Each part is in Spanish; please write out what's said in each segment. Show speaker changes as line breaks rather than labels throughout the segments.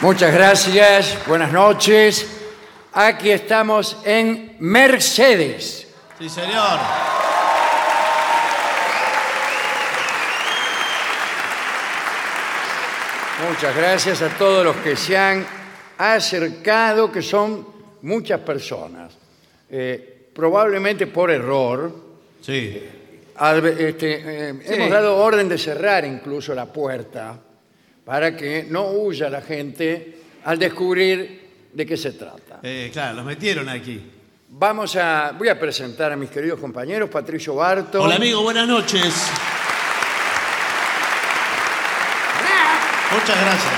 Muchas gracias, buenas noches. Aquí estamos en Mercedes.
Sí, señor.
Muchas gracias a todos los que se han acercado, que son muchas personas. Eh, probablemente por error,
Sí.
al- este, eh, hemos dado orden de cerrar incluso la puerta para que no huya la gente al descubrir de qué se trata.
Eh, claro, los metieron aquí.
Vamos a, voy a presentar a mis queridos compañeros, Patricio Barto.
Hola, amigo, buenas noches. Muchas gracias.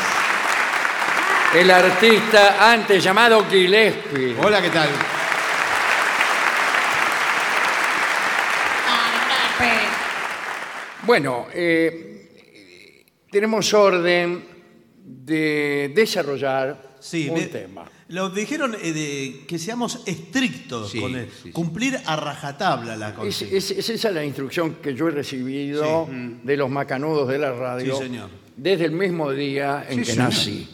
El artista antes llamado Gillespie.
Hola, ¿qué tal?
Bueno, eh, tenemos orden de desarrollar un
me-
tema.
Lo dijeron eh, de que seamos estrictos
Sí,
con el-
sí, sí.
cumplir a rajatabla la
Es,
cosa.
es- es esa la instrucción que yo he recibido de los macanudos de la radio
Sí, señor.
desde el mismo día en
Sí,
que
señor.
nací.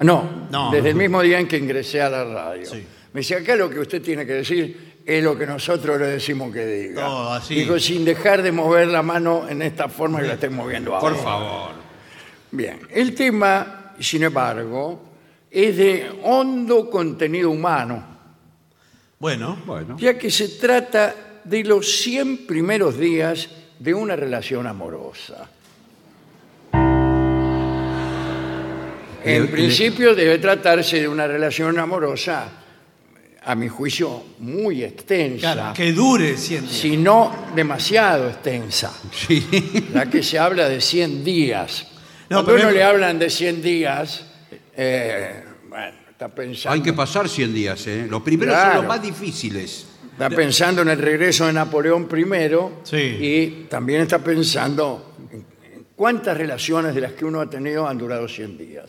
No,
No.
desde el mismo día en que ingresé a la radio.
Sí.
Me dice, acá lo que usted tiene que decir es lo que nosotros le decimos que diga.
Todo Oh, así.
Digo, sin dejar de mover la mano en esta forma que la estoy moviendo ahora.
Por favor.
Bien, el tema, sin embargo, es de hondo contenido humano,
Bueno,
Bueno.
ya que se trata de los 100 primeros días de una relación amorosa.
Le-
En
le-
principio debe tratarse de una relación amorosa, a mi juicio, muy extensa,
claro, que dure 100 días.
si no demasiado extensa.
Sí.
la que se habla de 100 días.
No,
Cuando
pero
uno
es-
le hablan de 100 días, eh, bueno, está
Hay
pensando,
que pasar 100 días, ¿eh? Los primeros
Claro.
son los más difíciles.
está pensando en el regreso de Napoleón I
Sí.
y también está pensando en en cuántas relaciones de las que uno ha tenido han durado 100 días.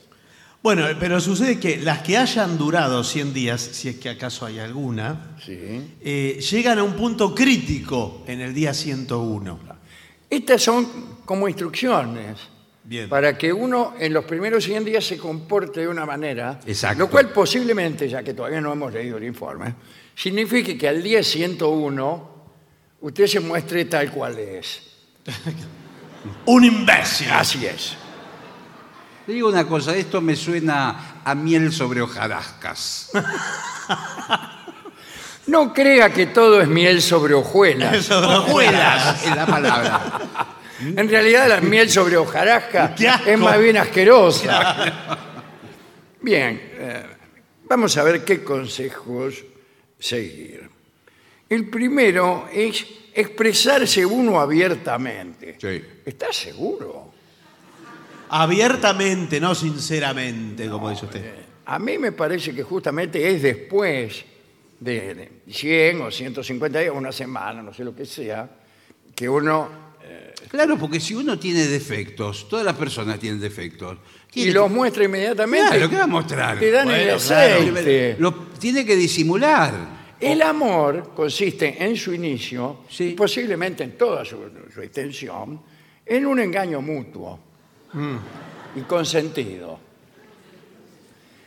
Bueno, eh, pero sucede que las que hayan durado 100 días, si es que acaso hay alguna,
Sí.
eh, llegan a un punto crítico en el día 101.
Estas son como instrucciones.
Bien.
Para que uno en los primeros 100 días se comporte de una manera,
Exacto.
lo cual posiblemente, ya que todavía no hemos leído el informe, signifique que al día 101 usted se muestre tal cual es.
Un imbécil.
Así es.
Te digo una cosa, esto me suena a miel sobre hojarascas.
No crea que todo es miel sobre hojuelas.
Sobre hojuelas.
es la palabra.
En realidad la miel sobre hojarasca
¡Qué asco!
es más bien asquerosa. Bien, eh, vamos a ver qué consejos seguir. El primero es expresarse uno abiertamente.
Sí.
¿Estás seguro?
Abiertamente, no sinceramente, como dice usted.
A mí me parece que justamente es después de 100 o 150 días, una semana, no sé lo que sea, que uno
Claro, porque si uno tiene defectos, todas las personas tienen defectos.
y
Tiene-
los muestra inmediatamente.
Claro, ¿qué va a mostrar?
Te dan el
Bueno, claro.
aceite.
Lo tiene que disimular.
El amor consiste en su inicio,
Sí.
y posiblemente en toda su, su extensión, en un engaño mutuo y consentido.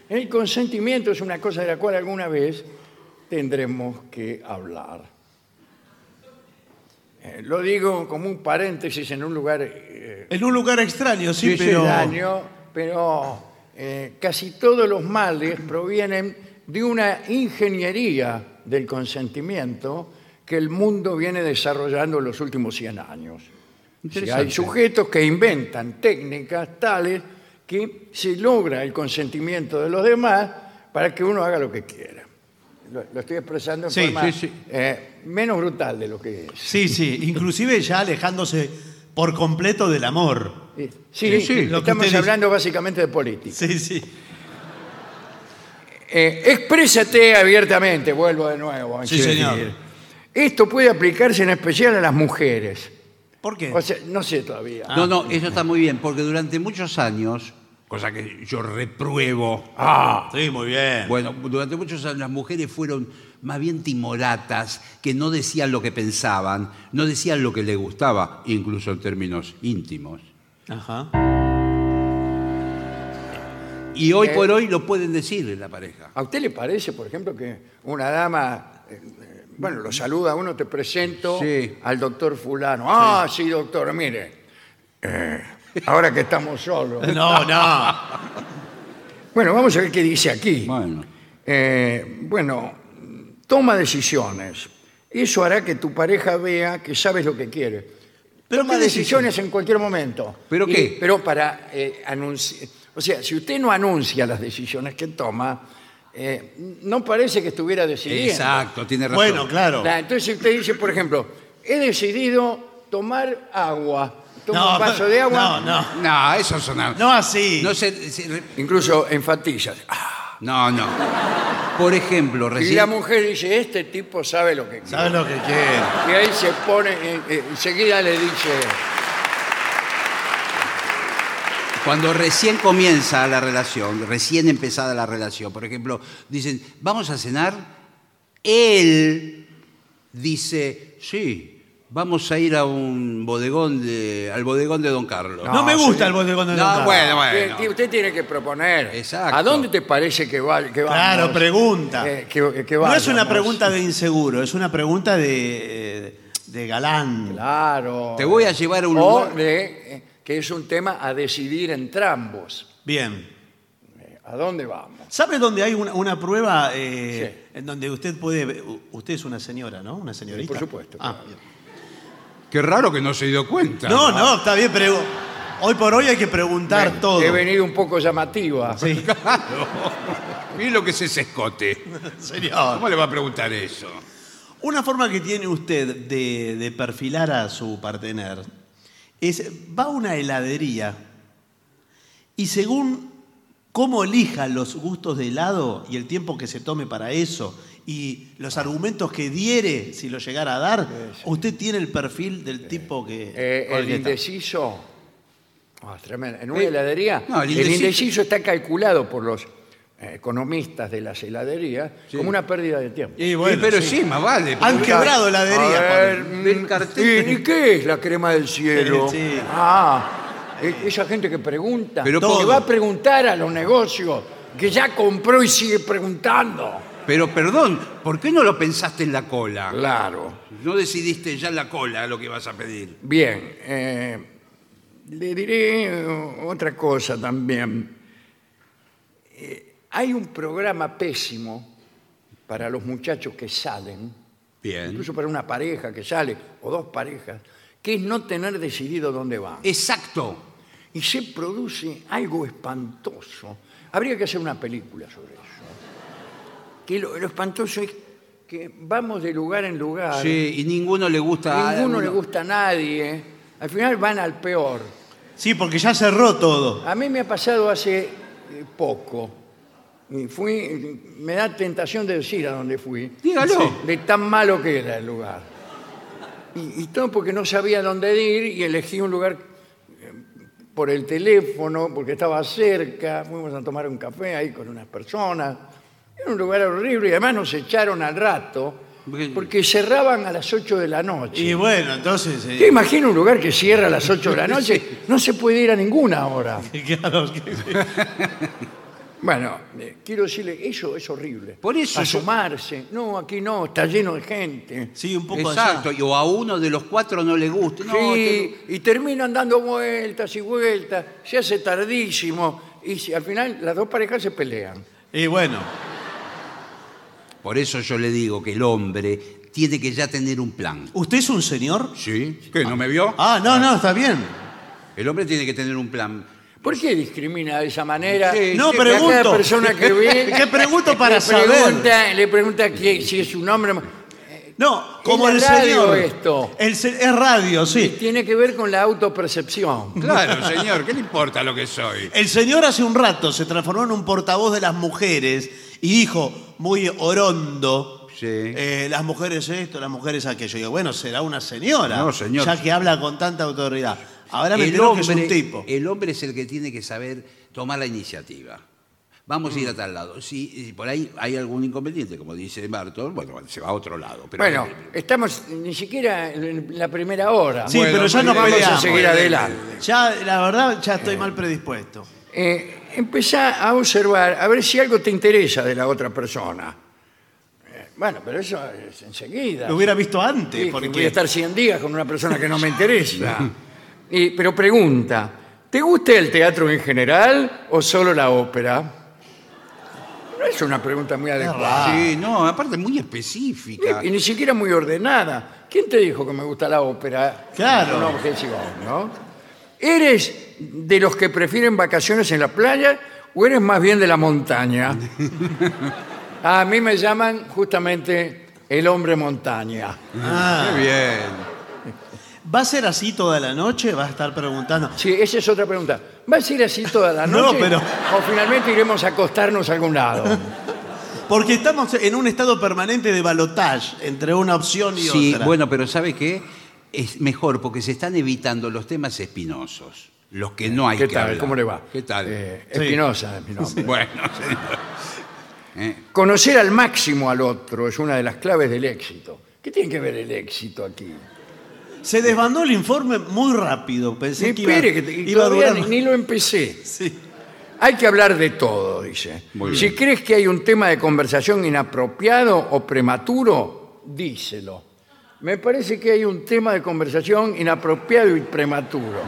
El consentimiento es una cosa de la cual alguna vez tendremos que hablar. Eh, lo digo como un paréntesis en un lugar eh,
En un lugar extraño, sí,
Sí, sí,
pero.
extraño, pero eh, casi todos los males provienen de una ingeniería del consentimiento que el mundo viene desarrollando en los últimos 100 años. O sea,
Interesante.
hay sujetos que inventan técnicas tales que se logra el consentimiento de los demás para que uno haga lo que quiera. Lo, lo estoy expresando en
Sí,
forma
sí, sí.
eh, menos brutal de lo que es.
Sí, sí, inclusive ya alejándose por completo del amor.
Eh, Sí,
Sí, sí,
que
lo
estamos
usted dice.
hablando básicamente de política.
Sí, sí.
Eh, exprésate abiertamente, vuelvo de nuevo. a
Sí,
insistir.
señor.
Esto puede aplicarse en especial a las mujeres.
¿Por qué?
O sea, no sé todavía.
Ah.
No, no, eso está muy bien, porque durante muchos años, cosa que yo repruebo,
ah, sí, muy bien.
bueno, durante muchos años las mujeres fueron más bien timoratas, que no decían lo que pensaban, no decían lo que les gustaba, incluso en términos íntimos.
Ajá.
Y hoy por hoy lo pueden decir en la pareja.
¿A usted le parece, por ejemplo, que una dama, eh, eh, bueno, lo saluda a uno, te presento
Sí.
al doctor fulano? Ah, sí, doctor, mire, eh, ahora que estamos solos.
No, no.
Bueno, vamos a ver qué dice aquí.
Bueno.
Eh, bueno, toma decisiones. Eso hará que tu pareja vea que sabes lo que quiere.
Pero
toma
¿qué decisión?
decisiones en cualquier momento.
¿Pero
Y-
qué?
Pero para eh, anunciar. O sea, si usted no anuncia las decisiones que toma, eh, no parece que estuviera decidiendo.
Exacto, tiene razón.
Bueno, claro.
Claro, entonces usted dice, por ejemplo, he decidido tomar agua. Toma
No,
un vaso de agua.
No, no.
No, eso sonaba.
No así.
No se- se-
Incluso enfatizas. "Ah".
no, no. Por ejemplo,
Pues
Y la
recién
mujer dice, este tipo sabe lo que quiere.
¿Sabes lo que quiere?
Y ahí se pone, eh, eh, enseguida le dice,
Cuando recién comienza la relación, recién empezada la relación, por ejemplo, dicen, vamos a cenar, él dice, sí, vamos a ir a un bodegón de, al bodegón de Don Carlos.
No, me gusta el bodegón de
No,
Don Carlos.
Eh, bueno,
"Ti-
bueno.
ti- usted tiene que proponer.
Exacto.
¿A dónde te parece que va? Que vamos?
Claro, pregunta.
Eh, que, que
No es una
vayamos".
pregunta de inseguro, es una pregunta de, eh, de galán.
Claro.
Te voy a llevar a un
o
lugar-
de, eh, que es un tema a decidir entre ambos.
Bien.
¿A dónde vamos?
¿Sabe dónde hay una, una prueba eh, en donde usted puede... u- Usted es una señora, ¿no? Una señorita.
por supuesto,
Ah,
claro.
bien.
Qué raro que no se dio cuenta.
No, no, está bien, pero hoy por hoy hay que preguntar todo.
He venido un poco ¿ah? llamativa.
Sí,
Miren lo que es ese escote.
señor.
¿Cómo le va a preguntar eso?
Una forma que tiene usted de, de perfilar a su partener es, va a una heladería y según cómo elija los gustos de helado y el tiempo que se tome para eso y los argumentos que diere, si lo llegara a dar, usted tiene el perfil del tipo que...
Eh,
con
el
que está.
indeciso. Ah, es tremendo. En una
Eh,
heladería.
no,
el,
el
indeciso...
indeciso-
está calculado por los eh, economistas de las heladerías como una pérdida de tiempo.
Y bueno,
Sí, pero sí,
sí.
más vale.
Han quebrado heladerías.
A ver,
ponen.
mm,
del cartel.
¿y, y qué es la crema del cielo?
Sí, sí.
Ah, e- esa gente que pregunta,
Pero
que
todo.
va a preguntar a los negocios, que ya compró y sigue preguntando.
Pero perdón, ¿por qué no lo pensaste en la cola?
Claro.
No decidiste ya en la cola lo que vas a pedir.
Bien, eh, le diré eh, otra cosa también. Eh, hay un programa pésimo para los muchachos que salen,
Bien.
incluso para una pareja que sale, o dos parejas, que es no tener decidido dónde van.
Exacto.
y se produce algo espantoso. Habría que hacer una película sobre eso. Que lo, lo espantoso es que vamos de lugar en lugar,
Sí, ah, y ninguno le gusta.
a
a
ninguno le
alguno.
gusta a nadie, al final van al peor.
Sí, porque ya cerró todo.
A mí me ha pasado hace eh, poco, Y fui, me da tentación de decir a dónde fui,
Dígalo.
de tan malo que era el lugar. Y, y todo porque no sabía dónde ir y elegí un lugar eh, por el teléfono, porque estaba cerca, fuimos a tomar un café ahí con unas personas. Era un lugar horrible y además nos echaron al rato porque cerraban a las 8 de la noche.
Y bueno, entonces... eh,
¿Te imaginas un lugar que cierra a las 8 de la noche? No se puede ir a ninguna hora.
claro, que-
Bueno, eh, quiero decirle, eso es horrible.
Por eso yo-
Asomarse. No, aquí no, está lleno de gente.
sí, un poco allá.
Exacto, y o a uno de los cuatro no le gusta. No,
sí, y terminan dando vueltas y vueltas, se hace tardísimo y si- al final las dos parejas se pelean.
Y bueno,
te- Por eso yo le digo que el hombre tiene que ya tener un plan.
¿usted es un señor?
¿Sí? ¿Qué? ¿No me vio?
Ah, no, no, está bien.
El hombre tiene que tener un plan.
¿Por qué discrimina de esa manera?
Sí,
No,
sí,
Que a cada
pregunto.
persona que ve
¿Qué pregunto para
le
saber?
pregunta, le pregunta que- si es un hombre. Eh,
No, como
Es
el
radio
señor.
esto.
El se- es radio, sí.
Tiene que ver con la autopercepción.
Claro, señor, ¿qué le importa lo que soy?
El señor hace un rato se transformó en un portavoz de las mujeres y dijo, muy orondo,
Sí.
eh, las mujeres esto, las mujeres aquello. Y digo, bueno, será una señora.
No, señor.
Ya que habla con tanta autoridad. Ahora me
El
entero que es
hombre,
un tipo.
el hombre es el que tiene que saber tomar la iniciativa. Vamos a ir a tal lado. Si, si por ahí hay algún inconveniente, como dice Barton, bueno, se va a otro lado. Pero eh,
Bueno, estamos ni siquiera en la primera hora.
Sí,
Bueno,
pero ya
bueno,
nos
vamos a
peleamos.
seguir adelante.
Ya, la verdad, ya estoy mal predispuesto.
Eh, empezá a observar, a ver si algo te interesa de la otra persona. Eh, bueno, pero eso es enseguida.
Lo hubiera visto antes,
Sí, que
porque
Voy a estar 100 días con una persona que no me interesa. Y- pero pregunta, ¿te gusta el teatro en general o solo la ópera? No es una pregunta muy adecuada.
Sí, no, aparte muy específica.
Y, y ni siquiera muy ordenada. ¿Quién te dijo que me gusta la ópera?
Claro.
Una objeción, ¿no? ¿Eres de los que prefieren vacaciones en la playa o eres más bien de la montaña? A mí me llaman justamente el hombre montaña.
Ah,
Qué bien.
¿va a ser así toda la noche? ¿Va a estar preguntando?
Sí, esa es otra pregunta. ¿Va a ir así toda la
No,
noche?
pero-
¿O finalmente iremos a acostarnos a algún lado?
Porque estamos en un estado permanente de balotage entre una opción y
Sí,
otra.
bueno, pero ¿sabe qué? Es mejor porque se están evitando los temas espinosos, los que no hay
¿Qué
que
tal?
hablar.
¿Cómo le va?
¿Qué tal?
Eh,
Sí.
Espinosa, es mi nombre.
Bueno, señor. Eh,
Conocer al máximo al otro es una de las claves del éxito. ¿Qué tiene que ver el éxito aquí?
Se desbandó el informe muy rápido. Pensé que iba,
espere, que te- y
iba a
todavía
durar más.
ni lo empecé.
Sí.
Hay que hablar de todo, dice.
Muy
Si
bien.
crees que hay un tema de conversación inapropiado o prematuro, díselo. Me parece que hay un tema de conversación inapropiado y prematuro.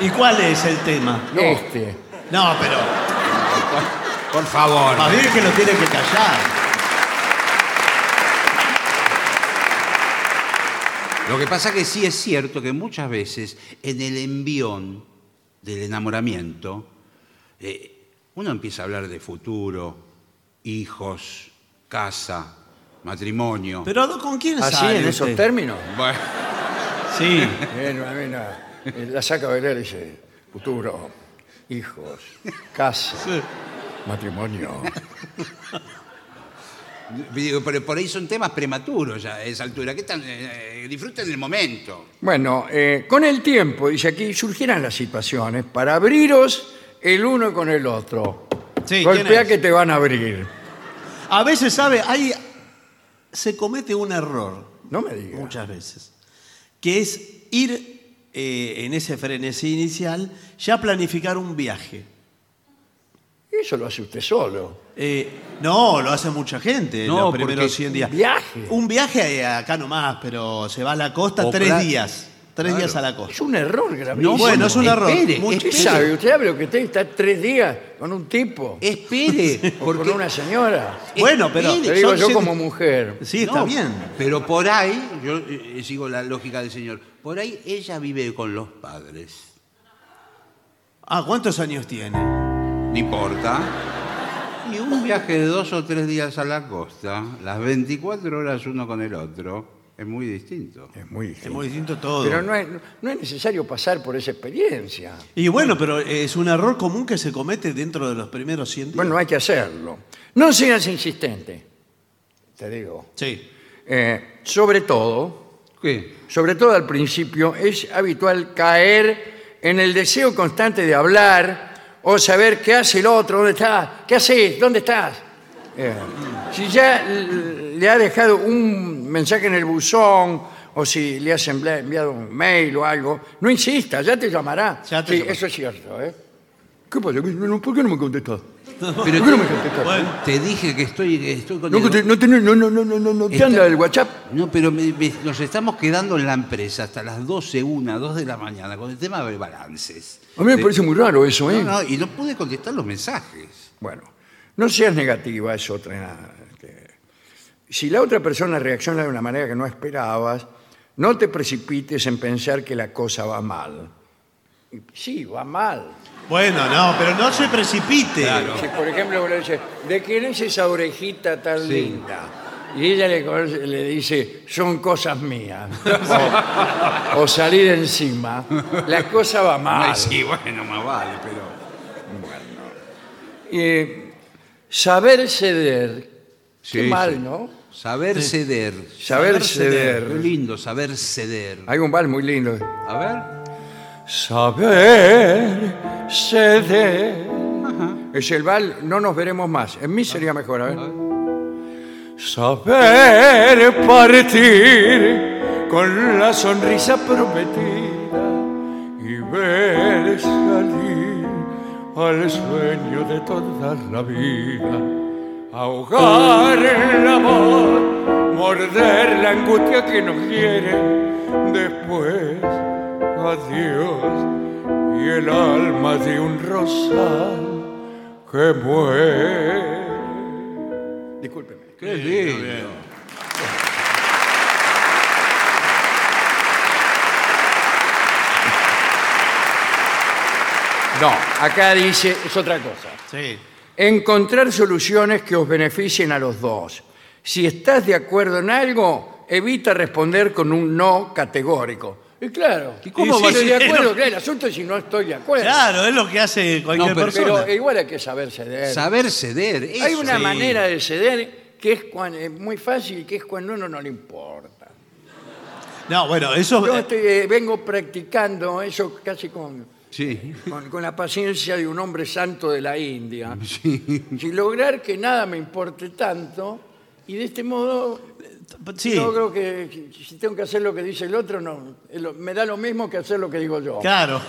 ¿Y cuál es el tema? Eh.
Este.
No, pero
por favor.
más bien que lo tiene que callar.
Lo que pasa que sí es cierto que muchas veces en el envión del enamoramiento, eh, uno empieza a hablar de futuro, hijos, casa, matrimonio.
Pero ¿con quién
Así,
sale este?
en esos
usted?
términos.
Bueno,
Sí.
Bueno, a mí la, eh, la saca a bailar y dice, futuro, hijos, casa, matrimonio.
digo, pero por ahí son temas prematuros ya a esa altura. ¿Qué tan, eh, disfruten el momento.
Bueno, eh, con el tiempo, dice aquí, surgirán las situaciones para abriros el uno con el otro.
Sí, ¿quién
Golpea
es?
que te van a abrir.
A veces, ¿sabe? Hay, se comete un error.
No me digas.
muchas veces, que es ir eh, en ese frenesí inicial, ya planificar un viaje.
Eso lo hace usted solo.
Eh, no, lo hace mucha gente
No,
los primeros
porque
100 días.
un viaje.
Un viaje eh, acá nomás, pero se va a la costa
O
tres
plan-
días. Tres días a la costa.
Es un error gravísimo. Eh,
No, bueno, es un error. Mucho-
Usted sabe, usted sabe lo que usted está tres días con un tipo
Eh,
Espere,
o
porque
con una señora.
Bueno, pero-
Te
espere.
digo
son
yo
siete-
como mujer.
Sí, está
No,
bien.
Pero por ahí, yo eh, sigo la lógica del señor, por ahí ella vive con los padres.
Ah, ¿cuántos años tiene?
No importa. Y un viaje de dos o tres días a la costa, las 24 horas uno con el otro, es muy distinto.
Es muy
Es
difícil.
muy distinto todo.
Pero no es, no es necesario pasar por esa experiencia.
Y bueno, pero es un error común que se comete dentro de los primeros 100 días.
Bueno, hay que hacerlo. No seas insistente, te digo.
sí.
Eh, sobre todo,
¿Qué?
sobre todo al principio, es habitual caer en el deseo constante de hablar o saber qué hace el otro, dónde está, qué haces, dónde estás. Eh, si ya l- le ha dejado un mensaje en el buzón o si le has envia- enviado un mail o algo, no insista, ya te llamará.
Ya te
Sí,
llamará.
eso es cierto. ¿eh? ¿Qué pasa? ¿Por qué no me contestas?
Pero
¿Por qué no me
te-
contestas?
Bueno,
Te dije que estoy, que estoy con
No,
el-
conte- no, tenés- no, no, no, no, no, no, ¿Te
Está-
anda el WhatsApp?
No, pero me- me- nos estamos quedando en la empresa hasta las 12, 1, 2 de la mañana con el tema de balances.
A mí me
De-
parece muy raro eso, ¿eh?
No, no, y no pude contestar los mensajes.
Bueno, no seas negativa, es otra. este, si la otra persona reacciona de una manera que no esperabas, no te precipites en pensar que la cosa va mal. Y Sí, va mal.
bueno, no, pero no se precipite.
Claro.
Si, por ejemplo, vos le dices, ¿de quién es esa orejita tan
Sí.
linda? Y ella le, le dice, son cosas mías. O, o salir encima. La cosa va mal.
Ay, sí, bueno, más vale, pero.
Eh, saber ceder. Qué
Sí,
mal,
sí.
¿no?
Saber ceder.
Saber
Qué
ceder.
lindo, saber ceder.
Hay un vals muy lindo.
A ver.
Saber ceder. Es el bal, no nos veremos más. En mí sería mejor, a ver. Saber partir con la sonrisa prometida y ver salir al sueño de toda la vida. Ahogar el amor, morder la angustia que nos quiere, después adiós y el alma de un rosal que muere. Discúlpeme.
Qué lindo.
No, acá dice, es otra cosa.
Sí.
Encontrar soluciones que os beneficien a los dos. Si estás de acuerdo en algo, evita responder con un no categórico. Y claro, ¿y
cómo
si
va a
estoy
ser?
de acuerdo? Claro, el asunto es si no estoy de acuerdo.
Claro, es lo que hace cualquier
No, pero-
persona.
Pero eh, igual hay que saber ceder.
Saber ceder. eso.
hay una
Sí.
manera de ceder que es, cuan- es muy fácil, que es cuando a uno no le importa.
No, bueno, eso.
Yo estoy, eh, vengo practicando eso casi con,
Sí.
con, con la paciencia de un hombre santo de la India. Y lograr que nada me importe tanto, y de este modo
sí.
yo creo que si tengo que hacer lo que dice el otro, no, es lo- me da lo mismo que hacer lo que digo yo.
Claro.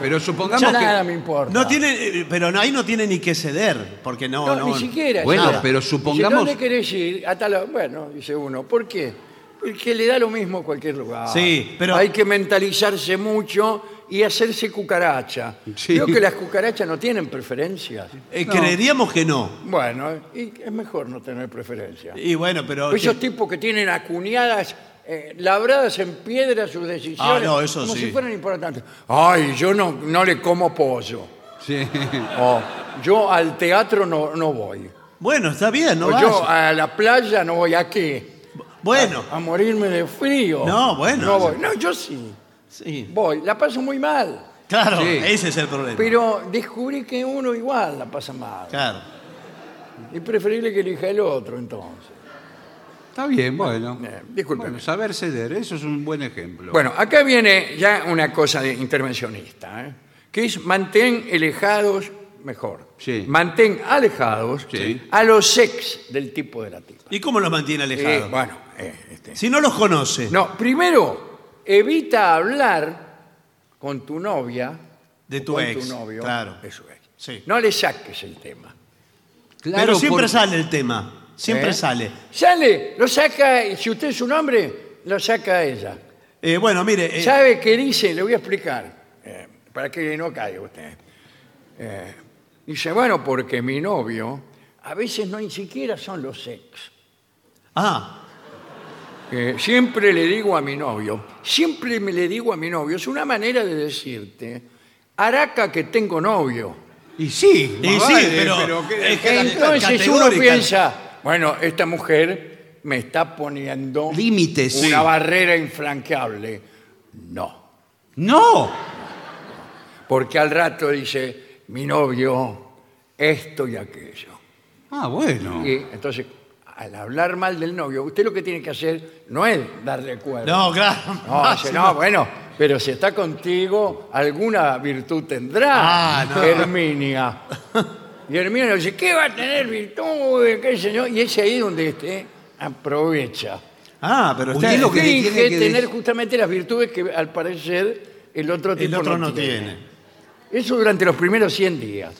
Pero supongamos
Ya
que.
nada me importa.
No tiene, eh, pero no- ahí no tiene ni que ceder, porque no,
No,
no-
ni siquiera.
Bueno,
nada.
pero
Dice,
supongamos-
¿Dónde querés ir? A tal lado. Bueno, dice uno. ¿Por qué? Porque le da lo mismo a cualquier lugar.
Sí, pero-
Hay que mentalizarse mucho y hacerse cucaracha.
Sí.
Creo que las cucarachas no tienen preferencias.
eh, creeríamos que no.
Bueno, y es mejor no tener preferencias.
Y bueno, pero este,
Esos
que-
tipos que tienen acuñadas, eh, labradas en piedra sus decisiones,
Ah, no, eso
como
sí.
si fueran importantes. Ay, yo no, no le como pollo.
Sí.
Oh.
O yo al teatro no, no voy.
bueno, está bien, no
o
vaya.
Pues yo ah, a la playa no voy aquí.
Bueno,
A morirme de frío.
No, bueno.
No voy. No, yo sí.
sí.
Voy. La paso muy mal.
Claro,
Sí.
ese es el problema.
Pero descubrí que uno igual la pasa mal.
Claro.
Es preferible que elija el otro entonces.
Está bien, bueno.
Eh, discúlpeme.
Bueno, saber ceder, eso es un buen ejemplo.
Bueno, acá viene ya una cosa de intervencionista, ¿eh? que es mantén alejados, mejor,
Sí.
mantén alejados
Sí.
a los ex del tipo de la tipa.
¿Y cómo los mantiene alejados?
Eh, bueno, eh, este.
Si no los conoce,
no, primero, evita hablar con tu novia
de
o
tu
con
ex.
tu novio
Claro.
de su ex.
Sí.
No le saques el tema.
Claro,
pero siempre
porque-
sale el tema. Siempre
¿eh?
sale.
Sale, lo saca, y si usted es un hombre, lo saca ella.
Eh, bueno, mire. eh,
¿Sabe qué dice? Le voy a explicar, eh, para que no caiga usted. Eh, dice, bueno, porque mi novio, a veces no ni siquiera son los ex.
ah,
Eh, siempre le digo a mi novio, siempre me le digo a mi novio, es una manera de decirte, Araca que tengo novio.
Y sí,
y sí,
más vale,
pero.
¿qué-
es que-
Entonces uno
categórica.
piensa, bueno, esta mujer me está poniendo
Límites,
una
sí.
barrera infranqueable. No.
¡No!
Porque al rato dice, mi novio, esto y aquello.
Ah, bueno.
Y entonces, al hablar mal del novio, usted lo que tiene que hacer no es darle cuerda.
No, claro.
No, dice, no, bueno, pero si está contigo, alguna virtud tendrá,
Ah, no.
Herminia. Y Herminia dice, ¿qué va a tener virtud? ¿Qué sé yo? Y es ahí donde usted aprovecha.
Ah, pero
Usted
está-
lo que le tiene
Finge
que
tener
decir-
justamente las virtudes que al parecer el otro tipo
el otro no tiene.
Eso durante los primeros 100 días.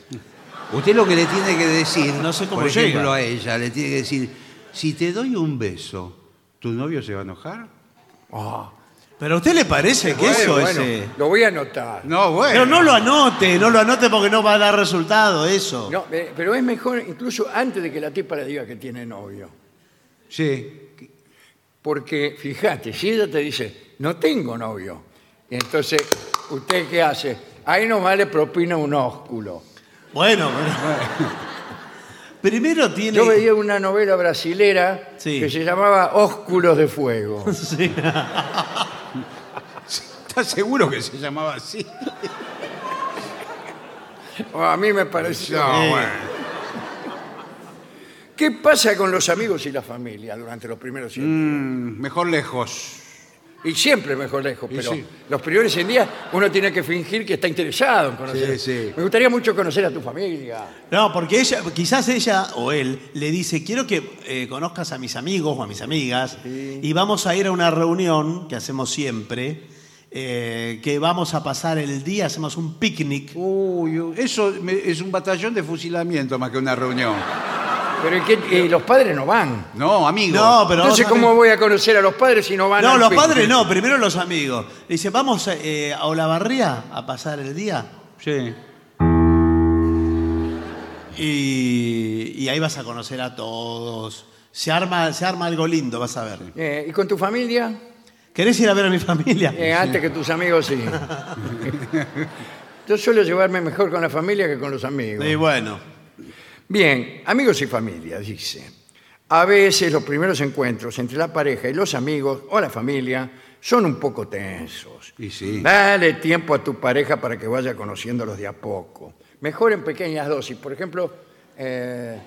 Usted lo que le tiene que decir,
No sé cómo
por ejemplo,
llega.
a ella, le tiene que decir, si te doy un beso, ¿tu novio se va a enojar?
Pero a usted le parece que
Bueno,
eso es.
bueno,
eh,
Lo voy a anotar.
No, bueno.
Pero no lo anote, no lo anote porque no va a dar resultado eso.
No, eh, pero es mejor incluso antes de que la tipa le diga que tiene novio.
Sí.
Porque fíjate, si ella te dice, no tengo novio, y entonces, ¿usted qué hace? Ahí nomás le propina un ósculo.
Bueno, pero. Primero tiene.
Yo veía una novela brasilera
Sí.
que se llamaba Ósculos de Fuego.
Sí.
¿Estás seguro que se llamaba así?
O Oh, a mí me pareció.
No, bueno.
¿Qué pasa con los amigos y la familia durante los primeros 100 días?
Mm, mejor lejos.
Mm.
Y siempre mejor lejos,
Y
pero
sí.
los primeros 100 días uno tiene que fingir que está interesado en conocer.
Sí, sí.
Me gustaría mucho conocer a tu familia.
No, porque ella, quizás ella o él le dice, quiero que eh, conozcas a mis amigos o a mis amigas y vamos a ir a una reunión que hacemos siempre, eh, que vamos a pasar el día, hacemos un picnic.
Uy, uy, eso me- es un batallón de fusilamiento más que una reunión.
Pero ¿y, qué- y los padres no van.
No, amigo.
No, pero
Entonces,
vos sabés-
¿cómo voy a conocer a los padres si no van
No,
al
los
picnic?
padres no, primero los amigos. Le dice, vamos eh, a Olavarría a pasar el día
Sí.
y, y ahí vas a conocer a todos. Se arma, se arma algo lindo, vas a ver.
Eh, ¿Y con tu familia?
¿Querés ir a ver a mi familia?
Eh, Antes que tus amigos, sí. Yo suelo llevarme mejor con la familia que con los amigos.
Y bueno,
Bien, amigos y familia, dice. A veces los primeros encuentros entre la pareja y los amigos o la familia son un poco tensos.
Y sí.
Dale tiempo a tu pareja para que vaya conociéndolos de a poco. Mejor en pequeñas dosis. Por ejemplo, eh,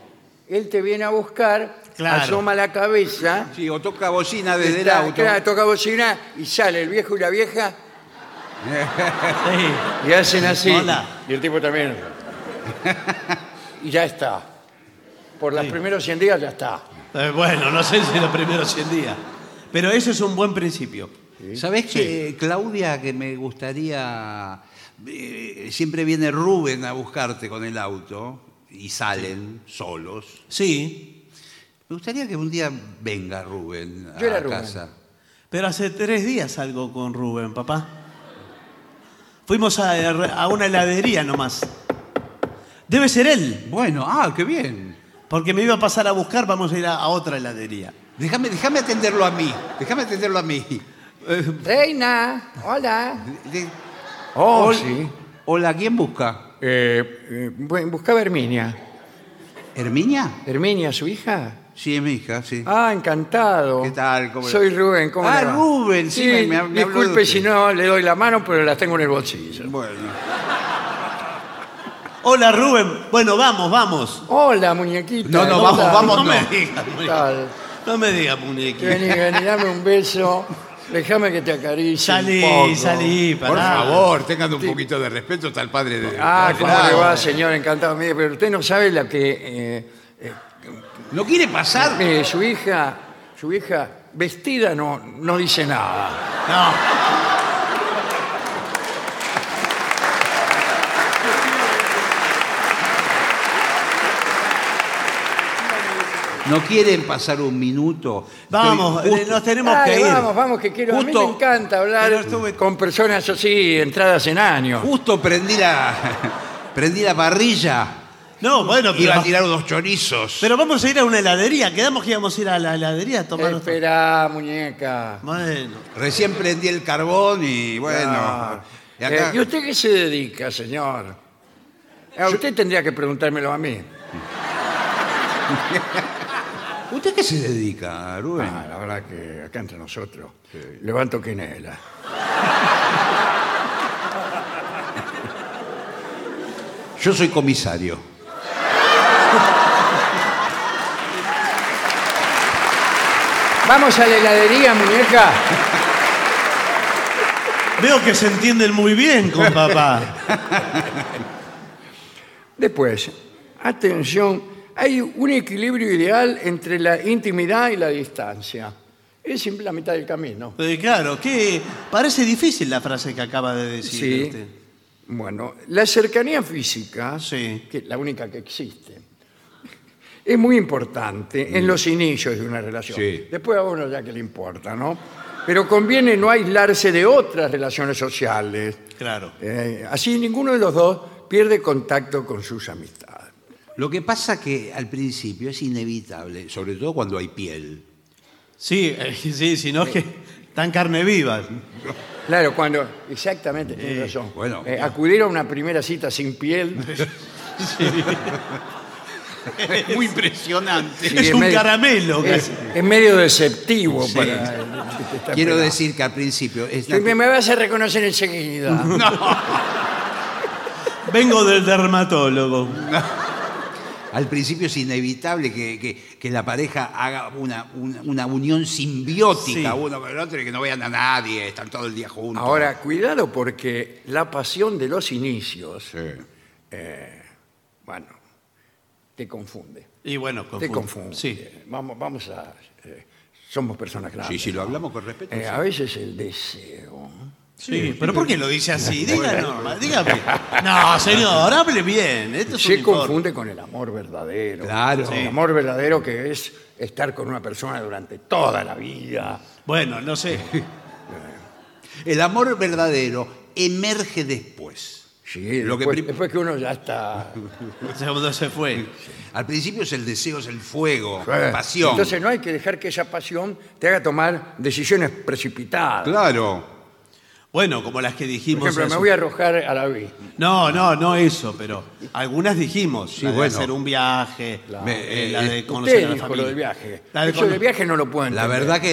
él te viene a buscar,
Claro.
asoma la cabeza,
Sí, o toca bocina desde
está-
el auto.
claro, toca bocina y sale el viejo y la vieja
sí.
y hacen así.
Hola.
Y el tipo también. y ya está. Por los primeros 100 días ya está.
Eh, bueno, no sé si los primeros 100 días. Pero eso es un buen principio.
¿Sabés que Claudia, que me gustaría... eh, siempre viene Rubén a buscarte con el auto y salen solos.
Sí,
Me gustaría que un día venga Rubén a
Yo era Rubén.
casa.
pero hace tres días salgo con Rubén, papá. Fuimos a, a una heladería nomás. Debe ser él,
Bueno, ah, qué bien.
porque me iba a pasar a buscar, vamos a ir a, a otra heladería.
Déjame, déjame atenderlo a mí. Déjame atenderlo a mí.
Reina, hola.
De-
Oh,
Hol-
sí.
Hola, ¿quién busca?
Eh, eh, bu- buscaba a Herminia.
¿Herminia?
¿Herminia, su hija?
Sí, es mi hija, sí.
Ah, encantado.
¿Qué tal? ¿Cómo le-
Soy Rubén, ¿cómo
Ah,
le va?
Rubén, sí, me- me habló de
disculpe
usted.
si no le doy la mano, pero las tengo en el bolsillo.
Bueno.
Hola Rubén, bueno, vamos, vamos.
Hola, muñequita.
No, no,
¿cómo
vamos,
estás?
vamos,
no, me
no.
digas,
¿Qué
muñeca.
tal?
no me digas, muñequita.
Vení, vení, dame un beso. Déjame que te acaricie.
Salí,
un poco.
salí, pará.
Por favor, tengan un poquito de respeto hasta el padre de...
Ah, ¿cómo
Claro.
le va, señor? Encantado. Mire, pero usted no sabe la que... eh, eh,
¿No quiere pasar?
mire, su hija, su hija vestida no, no dice nada.
No.
¿No quieren pasar un minuto?
Vamos,
Estoy
eh,
justo-
nos tenemos
Dale,
que ir.
Vamos, vamos, que quiero. A mí
Justo-
me encanta hablar
Pero estuve-
con personas así, entradas en años.
Justo prendí la, prendí la parrilla.
No, bueno, pero,
Iba a tirar unos chorizos.
pero vamos a ir a una heladería. Quedamos que íbamos a ir a la heladería a tomar nuestro-
Espera, muñeca.
Bueno.
Recién prendí el carbón y bueno.
Ah.
y
Eh,
acá-
¿Y usted qué se dedica, señor? A usted tendría que preguntármelo a mí.
¿Usted qué se dedica, Rubén?
Ah, la verdad que acá entre nosotros levanto quinela.
Yo soy comisario.
Vamos a la heladería, muñeca.
Veo que se entienden muy bien con papá.
Después, atención, hay un equilibrio ideal entre la intimidad y la distancia. Es siempre la mitad del camino.
Eh, claro, que parece difícil la frase que acaba de decir este.
Sí.
usted.
Bueno, la cercanía física,
Sí.
que es la única que existe, es muy importante en los inicios de una relación.
Sí.
Después a uno ya que le importa, ¿no? Pero conviene no aislarse de otras relaciones sociales.
Claro.
Eh, así ninguno de los dos pierde contacto con sus amistades.
Lo que pasa que al principio es inevitable, sobre todo cuando hay piel.
Sí, eh, sí, sino que tan carne viva.
Claro, cuando. Exactamente, tiene razón.
bueno.
Eh, acudir a una primera cita sin piel
Muy impresionante.
Sí,
es
es
un
medio-
caramelo.
Es,
casi.
es medio deceptivo para el que está
Quiero
pegado.
decir que al principio es
Sí, Me,
natu-
me vas a reconocer enseguida.
Vengo del dermatólogo.
al principio es inevitable que, que- que la pareja haga una, una- una unión simbiótica
Sí.
uno con el otro y que no vean a nadie, están todo el día juntos.
Ahora, cuidado porque la pasión de los inicios, eh,
Sí.
bueno, te confunde.
Y bueno,
Te
confunde.
confunde.
Sí.
Vamos, vamos a... eh, somos personas claras.
Sí, si lo hablamos con respeto.
Eh,
sí.
a veces el deseo...
Sí, pero ¿por qué lo dice así? Díganos, dígame. No, señor, hable bien. Esto es un
Se
informe.
confunde con el amor verdadero.
Este Claro.
El amor verdadero que es estar con una persona durante toda la vida.
Bueno, no sé.
El amor verdadero emerge después.
Sí,
Lo que
después,
prim-
después que uno ya está...
Segundo se fue.
Al principio es el deseo, es el fuego,
Eh,
la pasión.
Entonces no hay que dejar que esa pasión te haga tomar decisiones precipitadas.
claro.
Bueno, como las que dijimos.
Por ejemplo,
hace-
me voy a arrojar a la vida.
No, no, no eso, pero algunas dijimos. la de
bueno.
hacer un viaje,
Me-
eh,
eh,
la de conocer a
Usted
la
dijo
familia.
lo del viaje.
La de
Eso
cono-
del viaje no lo pueden
La verdad que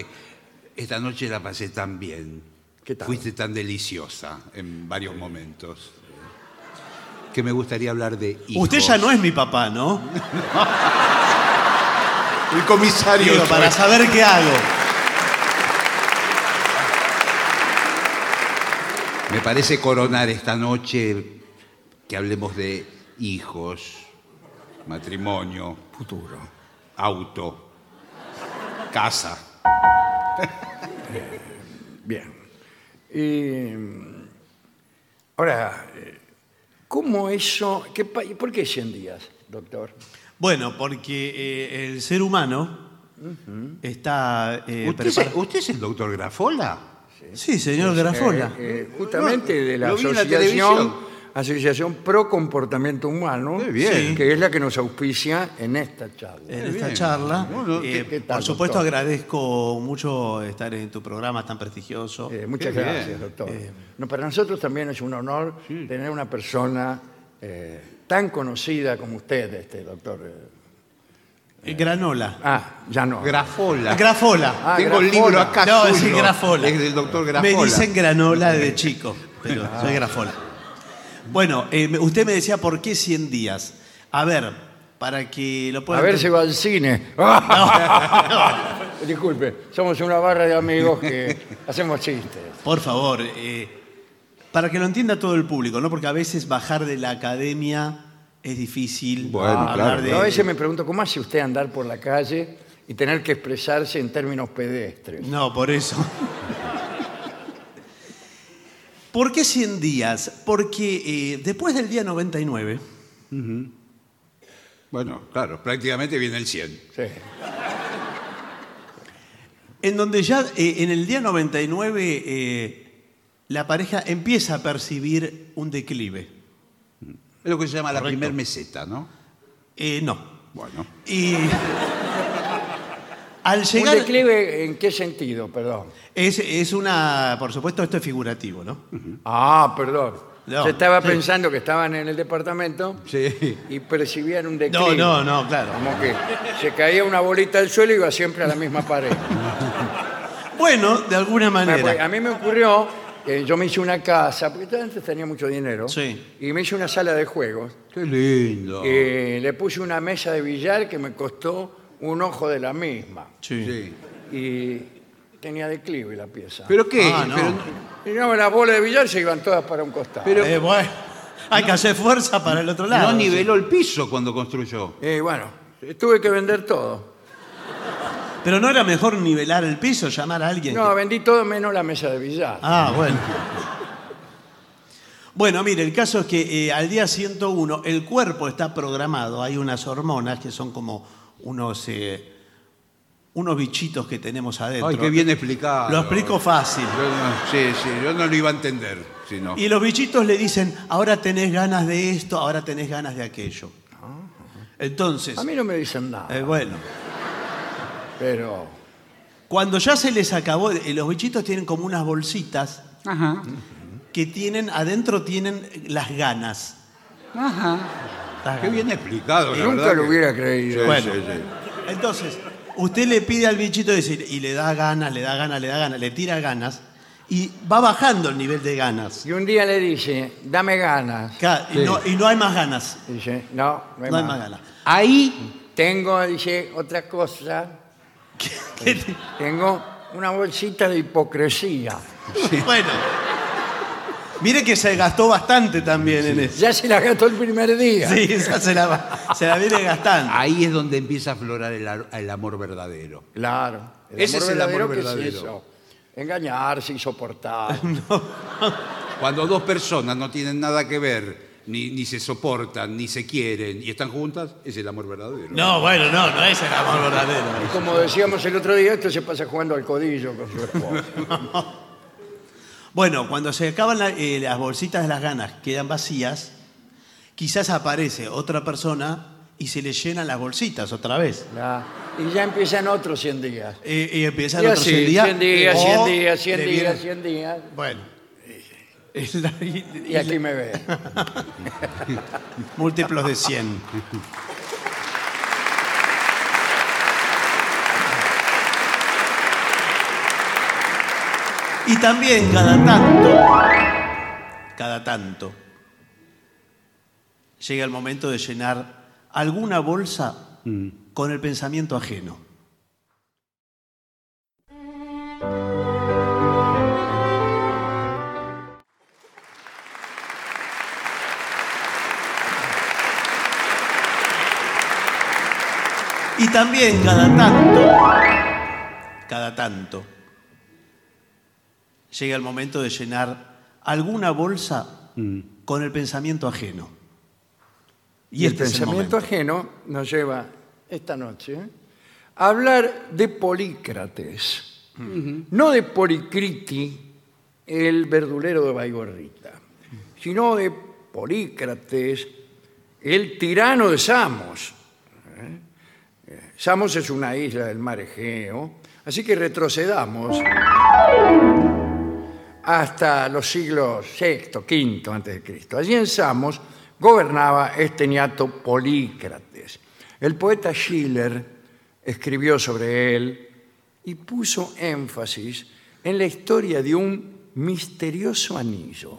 eh, esta noche la pasé tan bien.
¿Qué tal?
Fuiste tan deliciosa en varios momentos. Que me gustaría hablar de hijos.
Usted ya no es mi papá, ¿no?
El comisario.
Digo, para saber qué hago.
Me parece coronar esta noche que hablemos de hijos, matrimonio, futuro, auto, casa.
Bien. Y, mm, ahora, eh, ¿cómo eso? qué pa- ¿Por qué 100 días, doctor?
Bueno, porque eh, el ser humano está eh,
¿Usted, es,
preparado.
usted es el doctor Grafola?
Sí, señor Grafola.
Eh, eh, justamente
No,
de la
lo vi en la
asociación,
televisión.
asociación Pro Comportamiento Humano,
Muy bien. Eh,
Sí. que es la que nos auspicia en esta charla.
en
Muy
Eh, esta
bien.
charla.
Bueno, ¿qué-
Eh,
qué tal,
por supuesto,
doctor?
agradezco mucho estar en tu programa tan prestigioso.
Eh, muchas
qué bien. Eh.
gracias, doctor. No, para nosotros también es un honor tener una persona eh, tan conocida como usted, este doctor. eh.
Eh, Granola.
Ah, ya no.
Grafola.
Grafola.
Ah,
Tengo el
Grafola.
libro acá.
No,
suyo.
es el Grafola.
Es del doctor Grafola.
Me dicen granola de chico, pero soy Grafola. Bueno, eh, me- usted me decía por qué 100 días. A ver, para que lo
A
puedan.
ver si va al cine. Disculpe, somos una barra de amigos que hacemos chistes.
Por favor, eh, para que lo entienda todo el público, ¿no? Porque a veces bajar de la academia es difícil.
Bueno,
hablar
claro.
de-
Yo a veces me pregunto, ¿cómo hace usted andar por la calle y tener que expresarse en términos pedestres?
No, por eso. ¿Por qué 100 días? Porque eh, después del día 99,
Bueno, claro, prácticamente viene el 100.
Sí.
en donde ya eh, en el día 99 eh, la pareja empieza a percibir un declive.
Es lo que se llama la primer meseta, ¿no?
Eh, no.
Bueno.
Y al
¿Un
llegar...
declive en qué sentido? Perdón.
Es, es una... Por supuesto, esto es figurativo, ¿no?
Ah, perdón.
No,
Yo estaba
sí.
pensando que estaban en el departamento
Sí.
y percibían un
No,
declive.
no, no, claro.
Como que se caía una bolita al suelo y iba siempre a la misma pared.
Bueno, de alguna
Bueno, pues,
manera.
a mí me ocurrió que yo me hice una casa, porque yo antes tenía mucho dinero,
Sí. Oh.
y me hice una sala de juegos.
Qué lindo.
y le puse una mesa de billar que me costó un ojo de la misma.
Sí.
Sí.
Y tenía declive la pieza.
¿Pero qué?
Ah, no.
Pero-
Y no, las bolas de billar se iban todas para un costado.
Pero-
Eh, bueno, hay que hacer fuerza para el otro lado.
no
sí.
niveló el piso cuando construyó.
Y Eh, bueno, tuve que vender todo.
Pero no era mejor nivelar el piso, llamar a alguien.
No,
que-
vendí todo menos la mesa de billar.
Ah, bueno. Bueno, mire, el caso es que eh, al día 101 el cuerpo está programado, hay unas hormonas que son como unos, eh, unos bichitos que tenemos adentro.
Ay, qué bien explicado.
Lo explico fácil.
Yo no- sí, sí, yo no lo iba a entender. Si no.
Y los bichitos le dicen, ahora tenés ganas de esto, ahora tenés ganas de aquello.
Ah.
Entonces,
A mí no me dicen nada,
eh, bueno,
pero
cuando ya se les acabó, eh, los bichitos tienen como unas bolsitas
Ajá,
que tienen, adentro tienen las ganas.
ajá. Qué bien explicado, la
Nunca
verdad
lo
que-
hubiera creído.
Sí,
Bueno.
sí, sí.
Entonces, usted le pide al bichito decir, y le da ganas, le da ganas, le da ganas, le tira ganas, y va bajando el nivel de ganas.
Y un día le dice, dame ganas.
Ca- Y, no, y no hay más ganas.
Dice, no, no hay,
No hay
más.
más ganas.
Ahí,
Tengo, dice, otra cosa.
¿Qué te-
Tengo una bolsita de hipocresía.
Bueno. Mire que se gastó bastante también en eso.
Ya se la gastó el primer día.
Sí, esa se la, va- se la viene gastando.
ahí es donde empieza a aflorar el, ar- el amor verdadero.
Claro.
Ese es el amor
¿qué
verdadero.
eso? Engañarse y soportar.
Cuando dos personas no tienen nada que ver, ni, ni se soportan, ni se quieren y están juntas, es el amor verdadero.
No, bueno, no, no es el amor verdadero.
Como decíamos el otro día, esto se pasa jugando al codillo con su esposa.
Bueno, cuando se acaban la- eh, las bolsitas de las ganas, quedan vacías, quizás aparece otra persona y se le llenan las bolsitas otra vez.
Ya. Ah, Y ya empiezan otros 100 días.
Eh, Y, empiezan
Y
otros
así,
100 días.
100 días,
o
100 días, 100
le
días,
vienen-
100 días.
Bueno. eh, Es la- y-
Y aquí me ve.
Múltiplos de 100. Y también cada tanto, cada tanto, llega el momento de llenar alguna bolsa con el pensamiento ajeno. Y también cada tanto, cada tanto, llega el momento de llenar alguna bolsa
Mm.
con el pensamiento ajeno.
Y el
este es
pensamiento
momento.
ajeno nos lleva esta noche a hablar de Polícrates, no de Policriti, el verdulero de Baigorrita, sino de Polícrates, el tirano de Samos. ¿Eh? Eh, Samos es una isla del mar Egeo, así que retrocedamos hasta los siglos VI, V antes de Cristo. Allí en Samos gobernaba este niato Polícrates. El poeta Schiller escribió sobre él y puso énfasis en la historia de un misterioso anillo.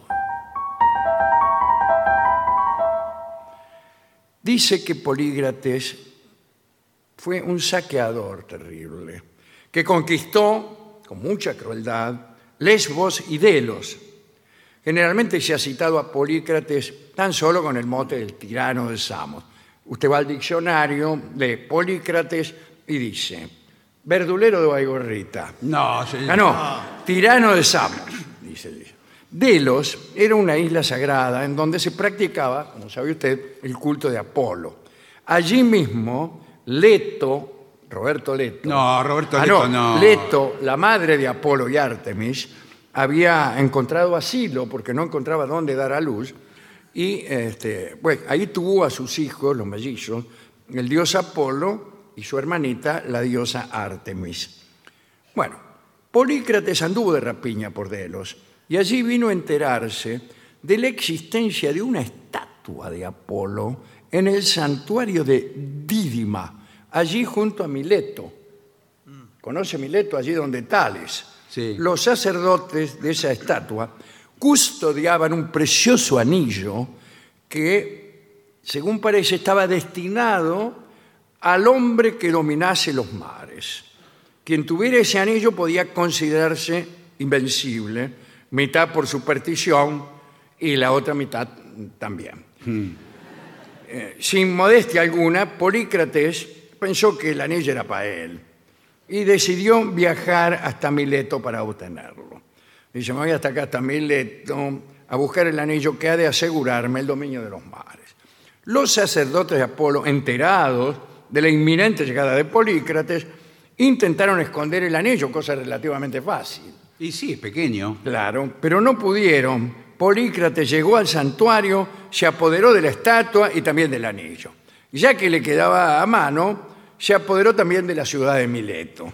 Dice que Polícrates fue un saqueador terrible, que conquistó con mucha crueldad Lesbos y Delos. Generalmente se ha citado a Polícrates tan solo con el mote del tirano de Samos. Usted va al diccionario de Polícrates y dice, verdulero de Baigorrita.
No, sí.
Ah, no, tirano de Samos, dice el dicho. Delos era una isla sagrada en donde se practicaba, como sabe usted, el culto de Apolo. Allí mismo, Leto, Roberto Leto.
No, Roberto
Ah,
Leto no.
Leto, la madre de Apolo y Artemis, había encontrado asilo porque no encontraba dónde dar a luz. Y este, pues, ahí tuvo a sus hijos, los mellizos, el dios Apolo y su hermanita, la diosa Artemis. Bueno, Polícrates anduvo de rapiña por Delos y allí vino a enterarse de la existencia de una estatua de Apolo en el santuario de Dídima, allí junto a Mileto. Conoce Mileto allí donde Tales.
Sí.
Los sacerdotes de esa estatua custodiaban un precioso anillo que, según parece, estaba destinado al hombre que dominase los mares. Quien tuviera ese anillo podía considerarse invencible, mitad por superstición y la otra mitad también. Eh, sin modestia alguna, Polícrates pensó que el anillo era para él y decidió viajar hasta Mileto para obtenerlo. Dice, me voy hasta acá, hasta Mileto, a buscar el anillo que ha de asegurarme el dominio de los mares. Los sacerdotes de Apolo, enterados de la inminente llegada de Polícrates, intentaron esconder el anillo, cosa relativamente fácil.
Y sí, es pequeño.
Claro, pero no pudieron. Polícrates llegó al santuario, se apoderó de la estatua y también del anillo. Y Ya que le quedaba a mano, se apoderó también de la ciudad de Mileto.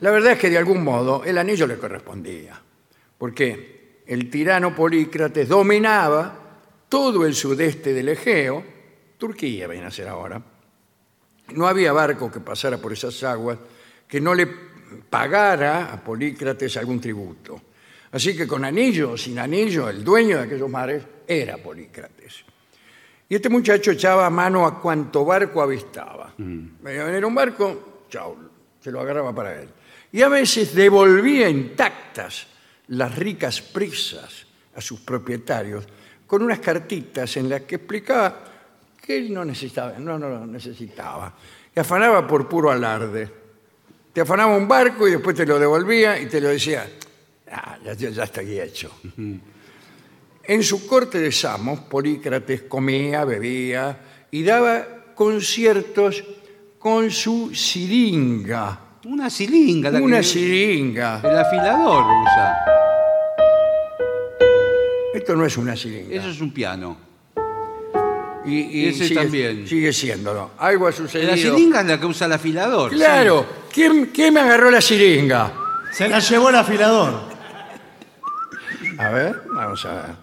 La verdad es que de algún modo el anillo le correspondía, porque el tirano Polícrates dominaba todo el sudeste del Egeo, Turquía viene a ser ahora, no había barco que pasara por esas aguas que no le pagara a Polícrates algún tributo. Así que con anillo o sin anillo, el dueño de aquellos mares era Polícrates. Y este muchacho echaba mano a cuanto barco avistaba. Venía a venir un barco, chau, se lo agarraba para él. Y a veces devolvía intactas las ricas prisas a sus propietarios con unas cartitas en las que explicaba que él no necesitaba, no, no lo necesitaba. Y afanaba por puro alarde. Te afanaba un barco y después te lo devolvía y te lo decía, ah, ya, ya- ya está aquí hecho. En su corte de Samos, Polícrates comía, bebía y daba conciertos con su siringa.
Una silinga. la que-
Una siringa.
El afilador lo usa.
Esto no es una siringa.
Eso es un piano.
y, y
ese
sigue,
también.
Sigue siéndolo. Algo ha sucedido.
La silinga es la que usa el afilador.
Claro. ¿Quién, quién me agarró la siringa?
Se la llevó el afilador.
A ver, vamos a ver.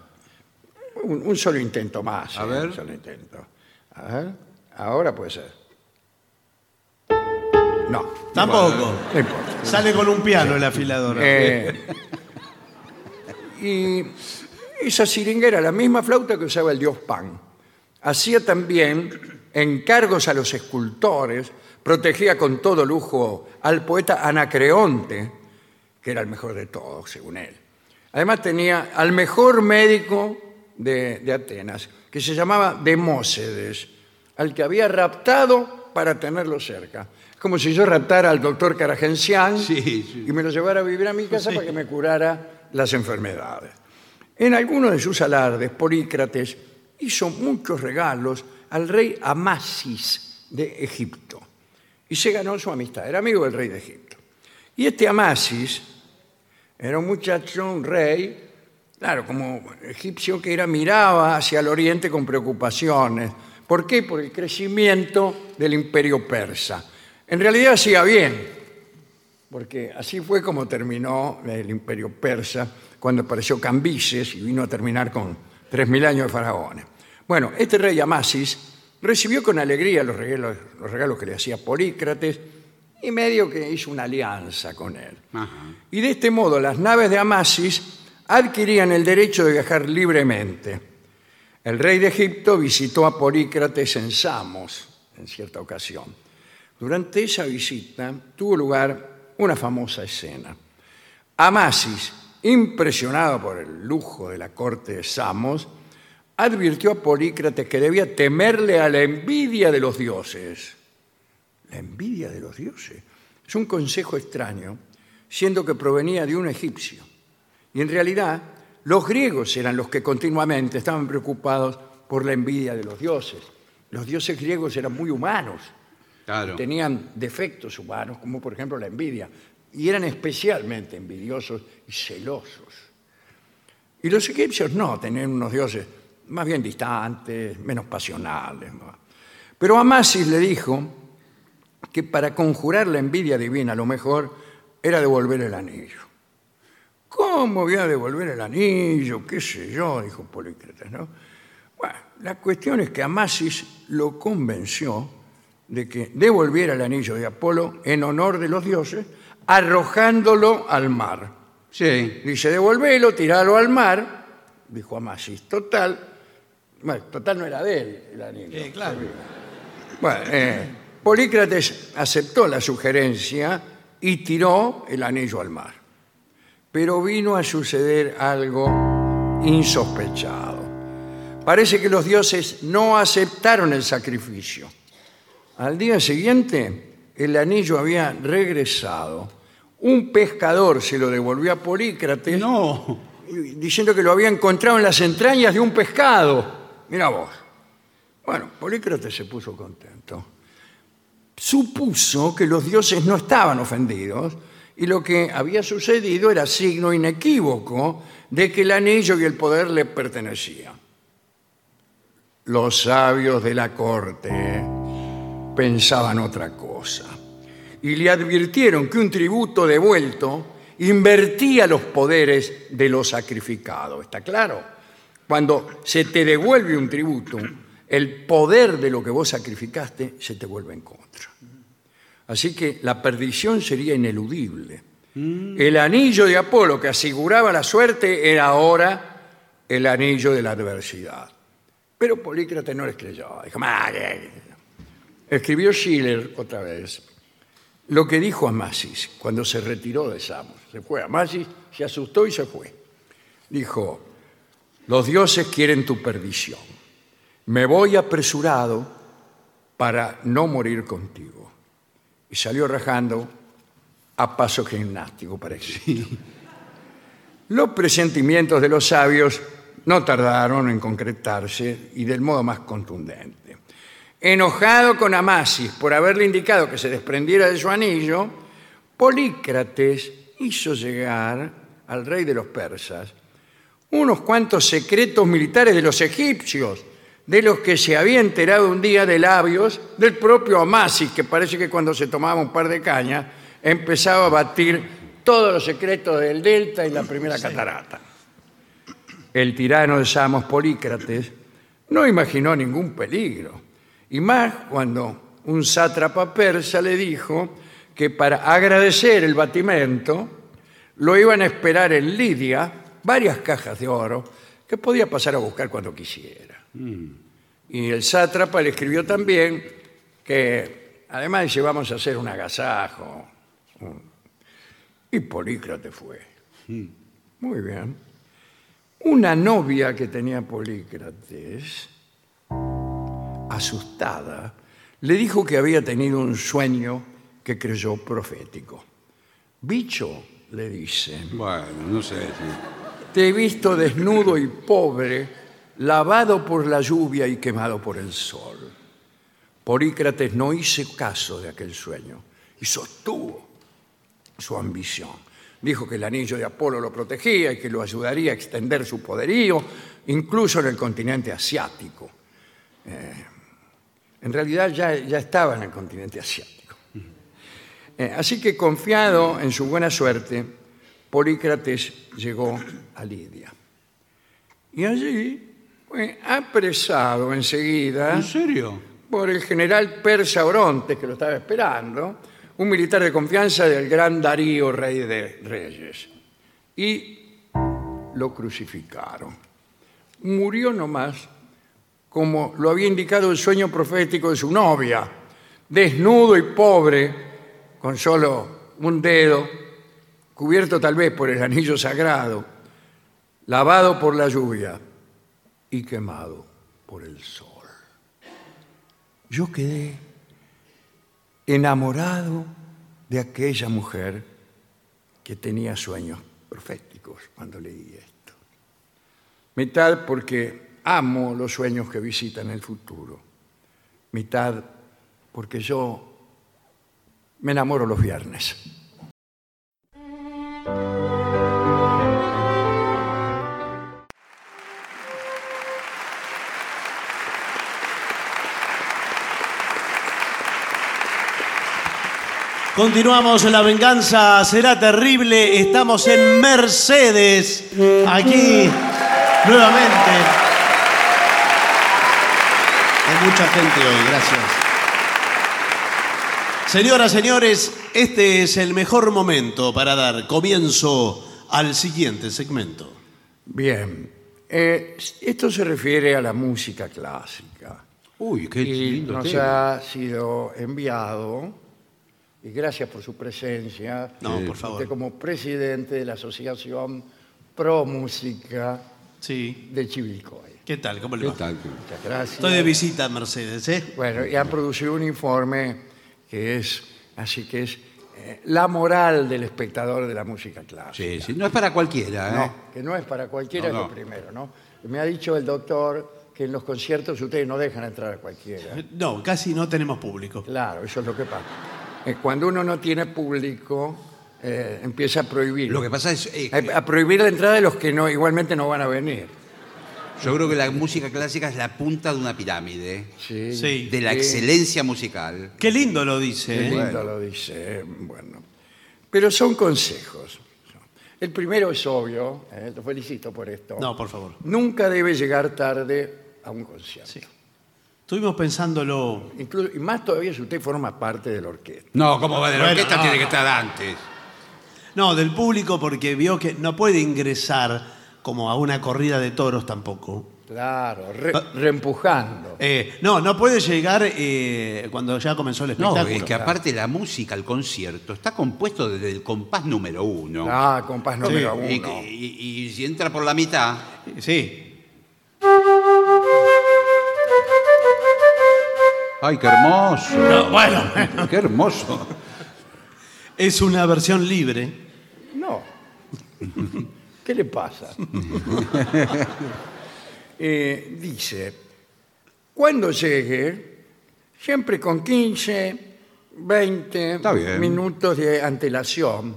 Un, un solo intento más.
A
eh,
ver.
Un solo intento. A ver. Ahora puede ser. No.
Tampoco.
No importa.
Sale con un piano el afilador.
Eh, y esa siringa era la misma flauta que usaba el dios Pan. Hacía también encargos a los escultores, protegía con todo lujo al poeta Anacreonte, que era el mejor de todos, según él. Además tenía al mejor médico de, de Atenas, que se llamaba Demócedes, al que había raptado para tenerlo cerca. Como si yo raptara al doctor Caragencián
Sí, sí.
y me lo llevara a vivir a mi casa para que me curara las enfermedades. En alguno de sus alardes, Polícrates hizo muchos regalos al rey Amasis de Egipto y se ganó su amistad. Era amigo del rey de Egipto. Y este Amasis era un muchacho, un rey, claro, como egipcio que era, miraba hacia el oriente con preocupaciones. ¿Por qué? Por el crecimiento del imperio persa. En realidad hacía bien, porque así fue como terminó el imperio persa, cuando apareció Cambises y vino a terminar con 3.000 años de faraones. Bueno, este rey Amasis recibió con alegría los regalos, los regalos que le hacía Polícrates y medio que hizo una alianza con él.
Ajá.
Y de este modo las naves de Amasis adquirían el derecho de viajar libremente. El rey de Egipto visitó a Polícrates en Samos en cierta ocasión. Durante esa visita tuvo lugar una famosa escena. Amasis, impresionado por el lujo de la corte de Samos, advirtió a Polícrates que debía temerle a la envidia de los dioses. La envidia de los dioses. Es un consejo extraño, siendo que provenía de un egipcio. Y en realidad, los griegos eran los que continuamente estaban preocupados por la envidia de los dioses. Los dioses griegos eran muy humanos,
Claro.
tenían defectos humanos, como por ejemplo la envidia, y eran especialmente envidiosos y celosos. Y los egipcios no, tenían unos dioses más bien distantes, menos pasionales. ¿no? Pero Amasis le dijo que para conjurar la envidia divina lo mejor era devolver el anillo. ¿Cómo voy a devolver el anillo? ¿Qué sé yo? Dijo Polícrates, ¿no? Bueno, la cuestión es que Amasis lo convenció de que devolviera el anillo de Apolo en honor de los dioses, arrojándolo al mar.
Sí.
Dice, devolvelo, tiralo al mar. Dijo Amasis, total. Bueno, total no era de él el anillo.
claro.
Bueno, eh, Polícrates aceptó la sugerencia y tiró el anillo al mar. Pero vino a suceder algo insospechado. Parece que los dioses no aceptaron el sacrificio. Al día siguiente, el anillo había regresado. Un pescador se lo devolvió a Polícrates
No.
diciendo que lo había encontrado en las entrañas de un pescado. Mira vos. Bueno, Polícrates se puso contento. Supuso que los dioses no estaban ofendidos y lo que había sucedido era signo inequívoco de que el anillo y el poder le pertenecían. Los sabios de la corte pensaban otra cosa y le advirtieron que un tributo devuelto invertía los poderes de lo sacrificado. ¿Está claro? Cuando se te devuelve un tributo, el poder de lo que vos sacrificaste se te vuelve en contra. Así que la perdición sería ineludible. El anillo de Apolo que aseguraba la suerte era ahora el anillo de la adversidad. Pero Polícrates no les creyó. Dijo, "Ah, eh". Escribió Schiller otra vez lo que dijo Amasis cuando se retiró de Samos. Se fue Amasis, se asustó y se fue. Dijo, los dioses quieren tu perdición. Me voy apresurado para no morir contigo. Y salió rajando a paso gimnástico, para existir. Los presentimientos de los sabios no tardaron en concretarse y del modo más contundente. Enojado con Amasis por haberle indicado que se desprendiera de su anillo, Polícrates hizo llegar al rey de los persas unos cuantos secretos militares de los egipcios, de los que se había enterado un día de labios del propio Amasis, que parece que cuando se tomaba un par de cañas empezaba a batir todos los secretos del delta y la primera catarata el tirano de Samos Polícrates, no imaginó ningún peligro. Y más cuando un sátrapa persa le dijo que para agradecer el batimento lo iban a esperar en Lidia varias cajas de oro que podía pasar a buscar cuando quisiera. Y el sátrapa le escribió también que además dice vamos a hacer un agasajo. Y Polícrates fue. Muy bien una novia que tenía Polícrates, asustada, le dijo que había tenido un sueño que creyó profético. Bicho, le dice,
Bueno, no sé. sí.
te he visto desnudo y pobre, lavado por la lluvia y quemado por el sol. Polícrates no hizo caso de aquel sueño y sostuvo su ambición. Dijo que el anillo de Apolo lo protegía y que lo ayudaría a extender su poderío, incluso en el continente asiático. Eh, en realidad ya, ya estaba en el continente asiático. Eh, así que confiado en su buena suerte, Polícrates llegó a Lidia. Y allí fue apresado enseguida
¿En serio?
por el general persa Orontes, que lo estaba esperando, un militar de confianza del gran Darío, rey de reyes. Y lo crucificaron. Murió nomás como lo había indicado el sueño profético de su novia, desnudo y pobre, con solo un dedo, cubierto tal vez por el anillo sagrado, lavado por la lluvia y quemado por el sol. Yo quedé enamorado de aquella mujer que tenía sueños proféticos cuando leí esto. Mitad porque amo los sueños que visitan el futuro, mitad porque yo me enamoro los viernes.
Continuamos, la venganza será terrible. Estamos en Mercedes, aquí nuevamente. Hay mucha gente hoy, gracias. Señoras, señores, este es el mejor momento para dar comienzo al siguiente segmento.
Bien, eh, esto se refiere a la música clásica.
Uy, qué
y
lindo.
nos
tema.
ha sido enviado, y gracias por su presencia,
No, por
usted
favor.
como presidente de la Asociación Pro Música
Sí.
de Chivilcoy.
¿Qué tal? ¿Cómo le
¿Qué
va?
tal?
Muchas gracias.
Estoy de visita en Mercedes, ¿eh?
Bueno, y han producido un informe que es, así que es, eh, la moral del espectador de la música clásica.
Sí, sí. No es para cualquiera, ¿eh?
No, que no es para cualquiera
No,
lo
no.
primero, ¿no? Me ha dicho el doctor que en los conciertos ustedes no dejan entrar a cualquiera.
No, casi no tenemos público.
Claro, eso es lo que pasa. Eh, cuando uno no tiene público, eh, empieza a prohibir.
Lo que pasa es. eh,
a, a prohibir la entrada de los que no, igualmente no van a venir.
yo creo que la música clásica es la punta de una pirámide. ¿eh?
Sí.
Sí.
De la
Sí.
excelencia musical.
Qué lindo lo dice.
Qué
¿eh?
lindo lo dice. eh, Bueno. Pero son consejos. El primero es obvio, eh, lo felicito por esto.
No, por favor.
Nunca debe llegar tarde a un concierto.
Sí. Estuvimos pensándolo.
Inclu- y más todavía si usted forma parte de la orquesta.
No, ¿cómo va de la
Bueno,
orquesta?
no.
Tiene que estar antes.
No, del público porque vio que no puede ingresar como a una corrida de toros tampoco.
Claro, re-
Ah.
Pa-
reempujando.
Eh, no, no puede llegar eh, cuando ya comenzó el
No,
espectáculo.
es que aparte la música, el concierto, está compuesto desde el compás número uno.
Ah, compás número
Y,
uno.
que- y- y si entra por la mitad,
Sí.
¡ay, qué hermoso!
bueno.
¡Qué hermoso!
Es una versión libre.
No. ¿Qué le pasa? Eh, dice, cuando llegue, siempre con 15, 20
Está bien.
minutos de antelación,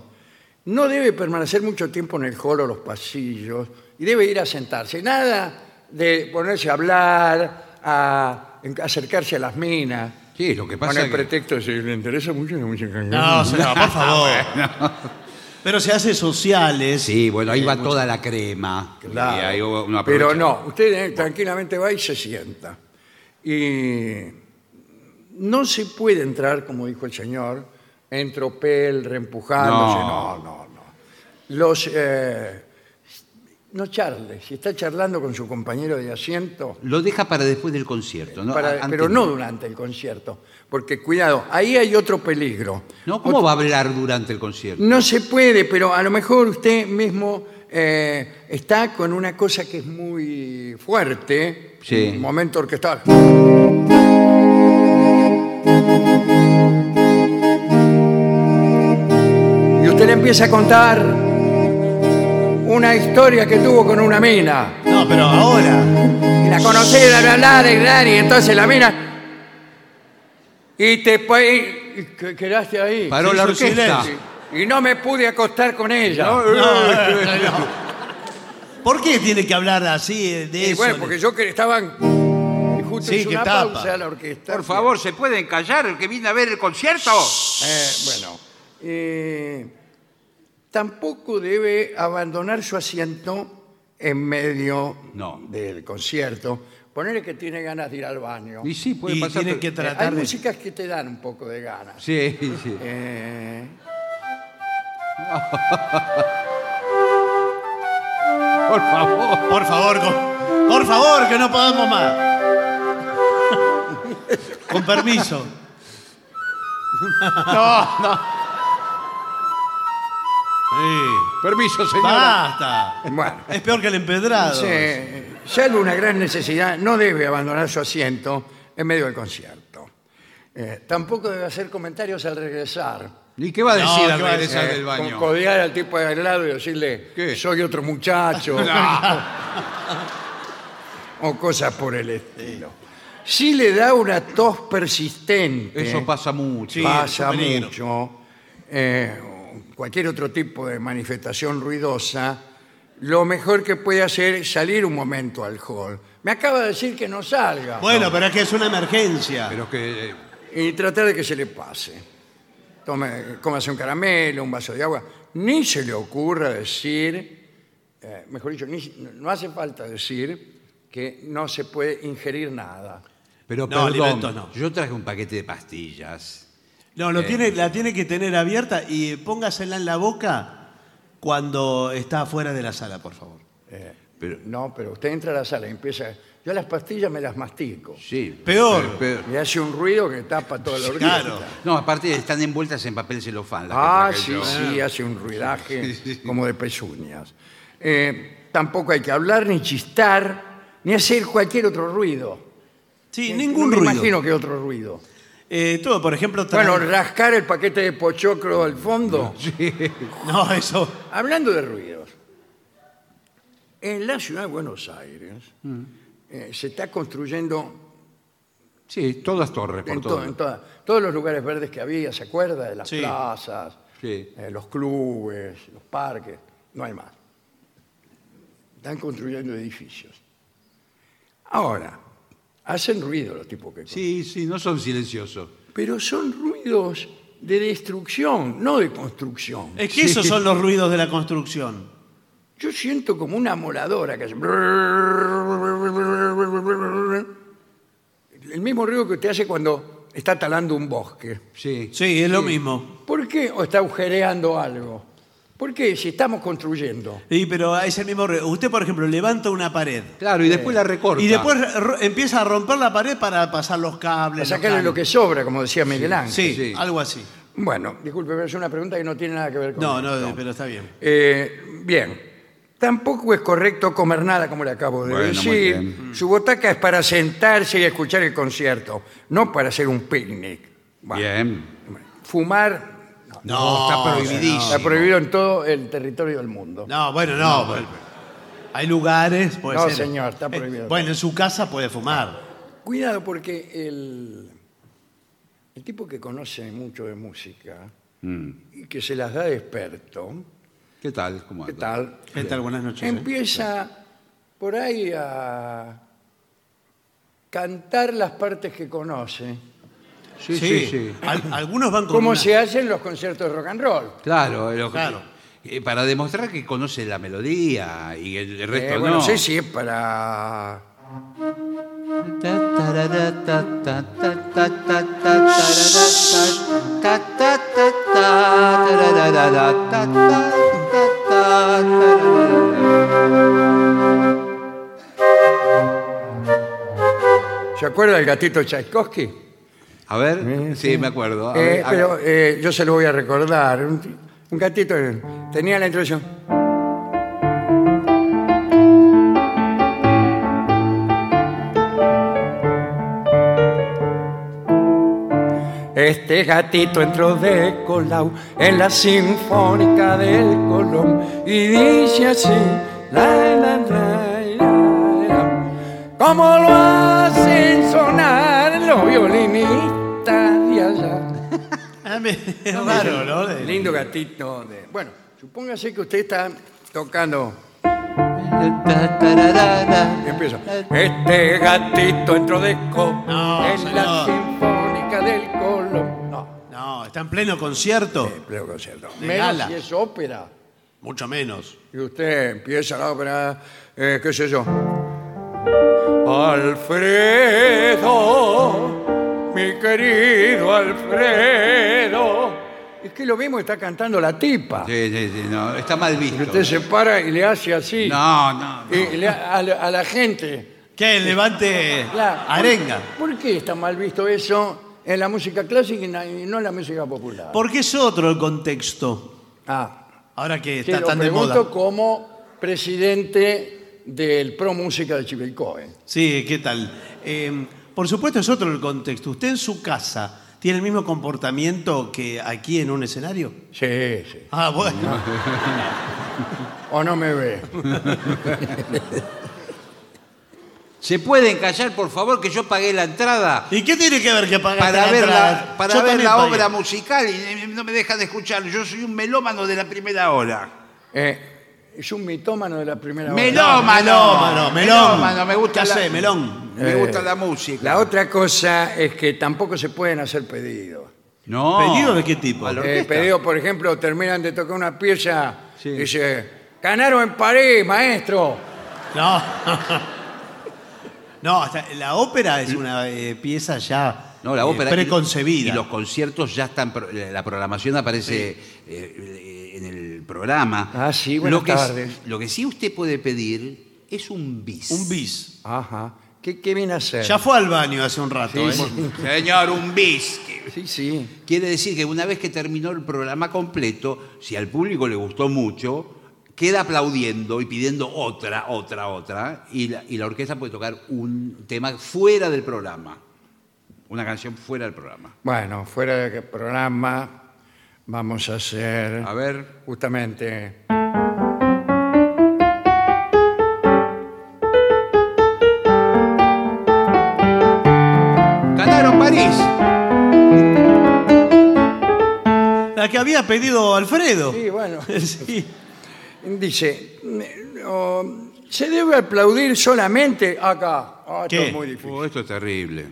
no debe permanecer mucho tiempo en el hall o los pasillos y debe ir a sentarse. Nada de ponerse a hablar, a en- acercarse a las minas.
Sí, lo que
Con
pasa
el
es que-
pretexto de si le interesa mucho la música.
Mm.
señor,
Ah,
por favor. Pero se hace sociales.
Sí, bueno, ahí va toda la crema. Y ahí uno aprovecha.
Pero no, usted eh, tranquilamente va y se sienta. Y no se puede entrar, como dijo el señor, en tropel, reempujándose. No, no,
No.
no. Los. eh, no charle. Si está charlando con su compañero de asiento,
Lo deja para después del concierto, ¿no?
para-
Antes
pero no durante el concierto. Porque cuidado, ahí hay otro peligro.
No, ¿cómo va a hablar durante el concierto?
No se puede, pero a lo mejor usted mismo eh, está con una cosa que es muy fuerte.
Sí.
Un momento orquestal. Y usted le empieza a contar una historia que tuvo con una mina.
No, pero ahora.
Y la conocí, bla, bla, bla, bla, bla, y entonces la mina. Y te pa- y- y que- quedaste ahí.
Paró
Sí,
la
su
orquesta.
silencio.
Y no me pude acostar con ella.
¿Por qué tiene que hablar así eh, de
Y
eso?
bueno, porque yo que estaban y justo
Sí,
hizo
que
una
tapa.
pausa a la orquesta.
Por favor, ¿se pueden callar el que viene a ver el concierto?
Eh, bueno, eh, tampoco debe abandonar su asiento en medio
No.
del concierto. Ponerle que tiene ganas de ir al baño.
Y sí, puede
Y
pasar.
tiene
pero-
que
Eh,
tratar
hay
de.
músicas que te dan un poco de ganas.
Sí, sí.
Eh,
Por favor.
Por favor, con- por favor, que no podamos más. Con permiso.
No, no.
Sí.
Permiso, señora.
Basta.
bueno.
Es peor que el empedrado.
Dice, salvo una gran necesidad, no debe abandonar su asiento en medio del concierto. Eh, tampoco debe hacer comentarios al regresar.
¿Y qué va a
No,
decir al
¿qué va a
regresar
Eh,
del
con
baño?
codear al tipo de al lado y decirle,
¿Qué?
soy otro muchacho.
No.
O cosas por el estilo. Si le da una tos persistente,
Eso pasa mucho.
Sí.
pasa
es un peligro.
mucho, eh, cualquier otro tipo de manifestación ruidosa, lo mejor que puede hacer es salir un momento al hall. Me acaba de decir que no salga.
Bueno, pero es que es una emergencia.
Pero que. eh,
y tratar de que se le pase. Tome, cómase un caramelo, un vaso de agua. Ni se le ocurra decir, eh, mejor dicho, ni- no hace falta decir que no se puede ingerir nada.
Pero
No,
perdón,
alimentos no.
yo traje un paquete de pastillas.
No, lo tiene, la tiene que tener abierta y póngasela en la boca cuando está afuera de la sala, por favor.
Pero,
No, pero usted entra a la sala y empieza. Yo las pastillas me las mastico.
sí.
Peor.
pero- pero-
Y hace un ruido que tapa toda la orquesta.
Claro.
no, aparte están envueltas en papel celofán. las que
Ah,
traje
sí,
yo.
sí, hace un ruidaje como de pezuñas. Eh, tampoco hay que hablar, ni chistar, ni hacer cualquier otro ruido.
Sí,
Eh,
ningún
no me
ruido.
imagino que otro ruido.
Eh, todo, por ejemplo, tra-
Bueno, rascar el paquete de pochoclo al fondo.
no, eso.
Hablando de ruidos, en la ciudad de Buenos Aires
Mm.
eh, se está construyendo
Sí, todas torres, por
en, to-
todo.
en toda- todos los lugares verdes que había, ¿se acuerda? De las
Sí.
plazas,
Sí.
eh, los clubes, los parques, no hay más. Están construyendo edificios. Ahora, hacen ruido los tipos que
Sí, sí, no son silenciosos.
pero son ruidos de destrucción, no de construcción.
Es que esos son los ruidos de la construcción.
Yo siento como una moladora que hace... brrrr, el mismo ruido que usted hace cuando está talando un bosque.
Sí.
Sí, es lo mismo.
¿Por qué? O está agujereando algo. ¿Por qué? Si estamos construyendo.
Sí, pero es el mismo. re- Usted, por ejemplo, levanta una pared.
Claro, y después la recorta.
Y después ro- empieza a romper la pared para pasar los cables.
A
los
sacarle lo
cables.
que sobra, como decía Miguel Ángel.
Sí,
Sí.
algo así.
Bueno, disculpe, pero es una pregunta que no tiene nada que ver con
No,
esto.
no, pero está bien.
Eh, bien. Tampoco es correcto comer nada, como le acabo de
Bueno, muy
decir.
bien.
Su botaca es para sentarse y escuchar el concierto, no para hacer un picnic. Bueno,
Bien. Oh,
Fumar
No,
está
no,
prohibidísimo.
está prohibido en todo el territorio del mundo.
No, bueno, no. bueno. Hay lugares. puede
No,
ser.
señor, está
Eh,
prohibido.
Bueno, en su casa puede fumar.
Cuidado porque el, el tipo que conoce mucho de música
Mm.
y que se las da de experto,
¿Qué tal? ¿Cómo
¿qué
anda?
tal?
¿Qué tal? Buenas noches. eh.
Empieza por ahí a cantar las partes que conoce,
Sí, sí, sí.
Al- algunos van con.
como
una-
se hacen los conciertos de rock and roll.
Claro, lo-
Claro.
eh, para demostrar que conoce la melodía y el, el
Eh,
resto
bueno,
no.
no sé si es para... ¿Se acuerda del gatito Tchaikovsky?
A ver, sí, me acuerdo. A
Eh,
ver, a-
pero eh, yo se lo voy a recordar. Un, un gatito eh, tenía la introducción. Este gatito entró de Colau en la Sinfónica del Colón y dice así, la, la, la, la, la. como lo hacen sonar los violinistas de allá.
Ah, me- Es raro, ¿no? De-
Lindo gatito. de- Bueno, supóngase que usted está tocando. Empieza. Este gatito entró de co
No,
en la
señor.
Sinfónica del Colón. No,
No, está en pleno concierto.
creo concierto.
De
Menos
gala.
si es ópera.
Mucho menos.
Y usted empieza la ópera, eh, qué sé yo. Alfredo, mi querido Alfredo. Es que lo mismo está cantando la tipa.
Sí, sí, sí, no, está mal visto.
Usted Eh, se para y le hace así.
No, no, no.
Y le- a, la- a la gente.
Que levante
la-
arenga.
¿Por, por qué está mal visto eso en la música clásica y na- y no en la música popular?
Porque es otro el contexto.
ah,
Ahora que
que
está
lo
tan de
pregunto
moda.
como presidente del Pro Música de Chivilcoe.
Sí, ¿qué tal? Eh, por supuesto es otro el contexto. ¿Usted en su casa tiene el mismo comportamiento que aquí en un escenario?
Sí, sí.
Ah, bueno.
O no me ve.
¿Se pueden callar, por favor, que yo pagué la entrada
¿Y qué tiene que ver que pagaste
para
la
ver la,
entrada?
para
Yo
ver
también
la
pagué.
obra musical y eh, no me dejan de escuchar? Yo soy un melómano de la primera hora.
Eh, es un mitómano de la primera hora.
¡Melómano!
Melómano, melón.
me gusta
Ya
la,
sé, melón.
Me
Eh,
gusta la música.
La otra cosa es que tampoco se pueden hacer pedidos.
No.
¿Pedido de qué tipo?
A
Eh,
la orquesta.
pedido, por ejemplo, terminan de tocar una pieza
Sí.
y dice, ganaron en París, maestro.
No. No, hasta la ópera es una eh, pieza ya
No, la
eh,
ópera. y-
preconcebida.
Y, los conciertos ya están. pro- eh, La programación aparece eh, en el programa.
Ah, sí, buenas
lo que,
tardes.
Lo que sí usted puede pedir es un bis.
Un bis.
Ajá. ¿Qué, qué viene a hacer?
Ya fue al baño hace un rato. ¿eh?
Señor, un bis. Que-
Sí, sí.
Quiere decir que una vez que terminó el programa completo, si al público le gustó mucho, queda aplaudiendo y pidiendo otra, otra, otra. Y la, y la orquesta puede tocar un tema fuera del programa. Una canción fuera del programa.
Bueno, fuera de que programa vamos a hacer
A ver.
justamente...
¡Ganaron París!
La que había pedido Alfredo.
Sí, bueno.
Sí.
Dice, o, se debe aplaudir solamente acá. Ah, esto
¿Qué?
es muy difícil.
Oh, esto es terrible.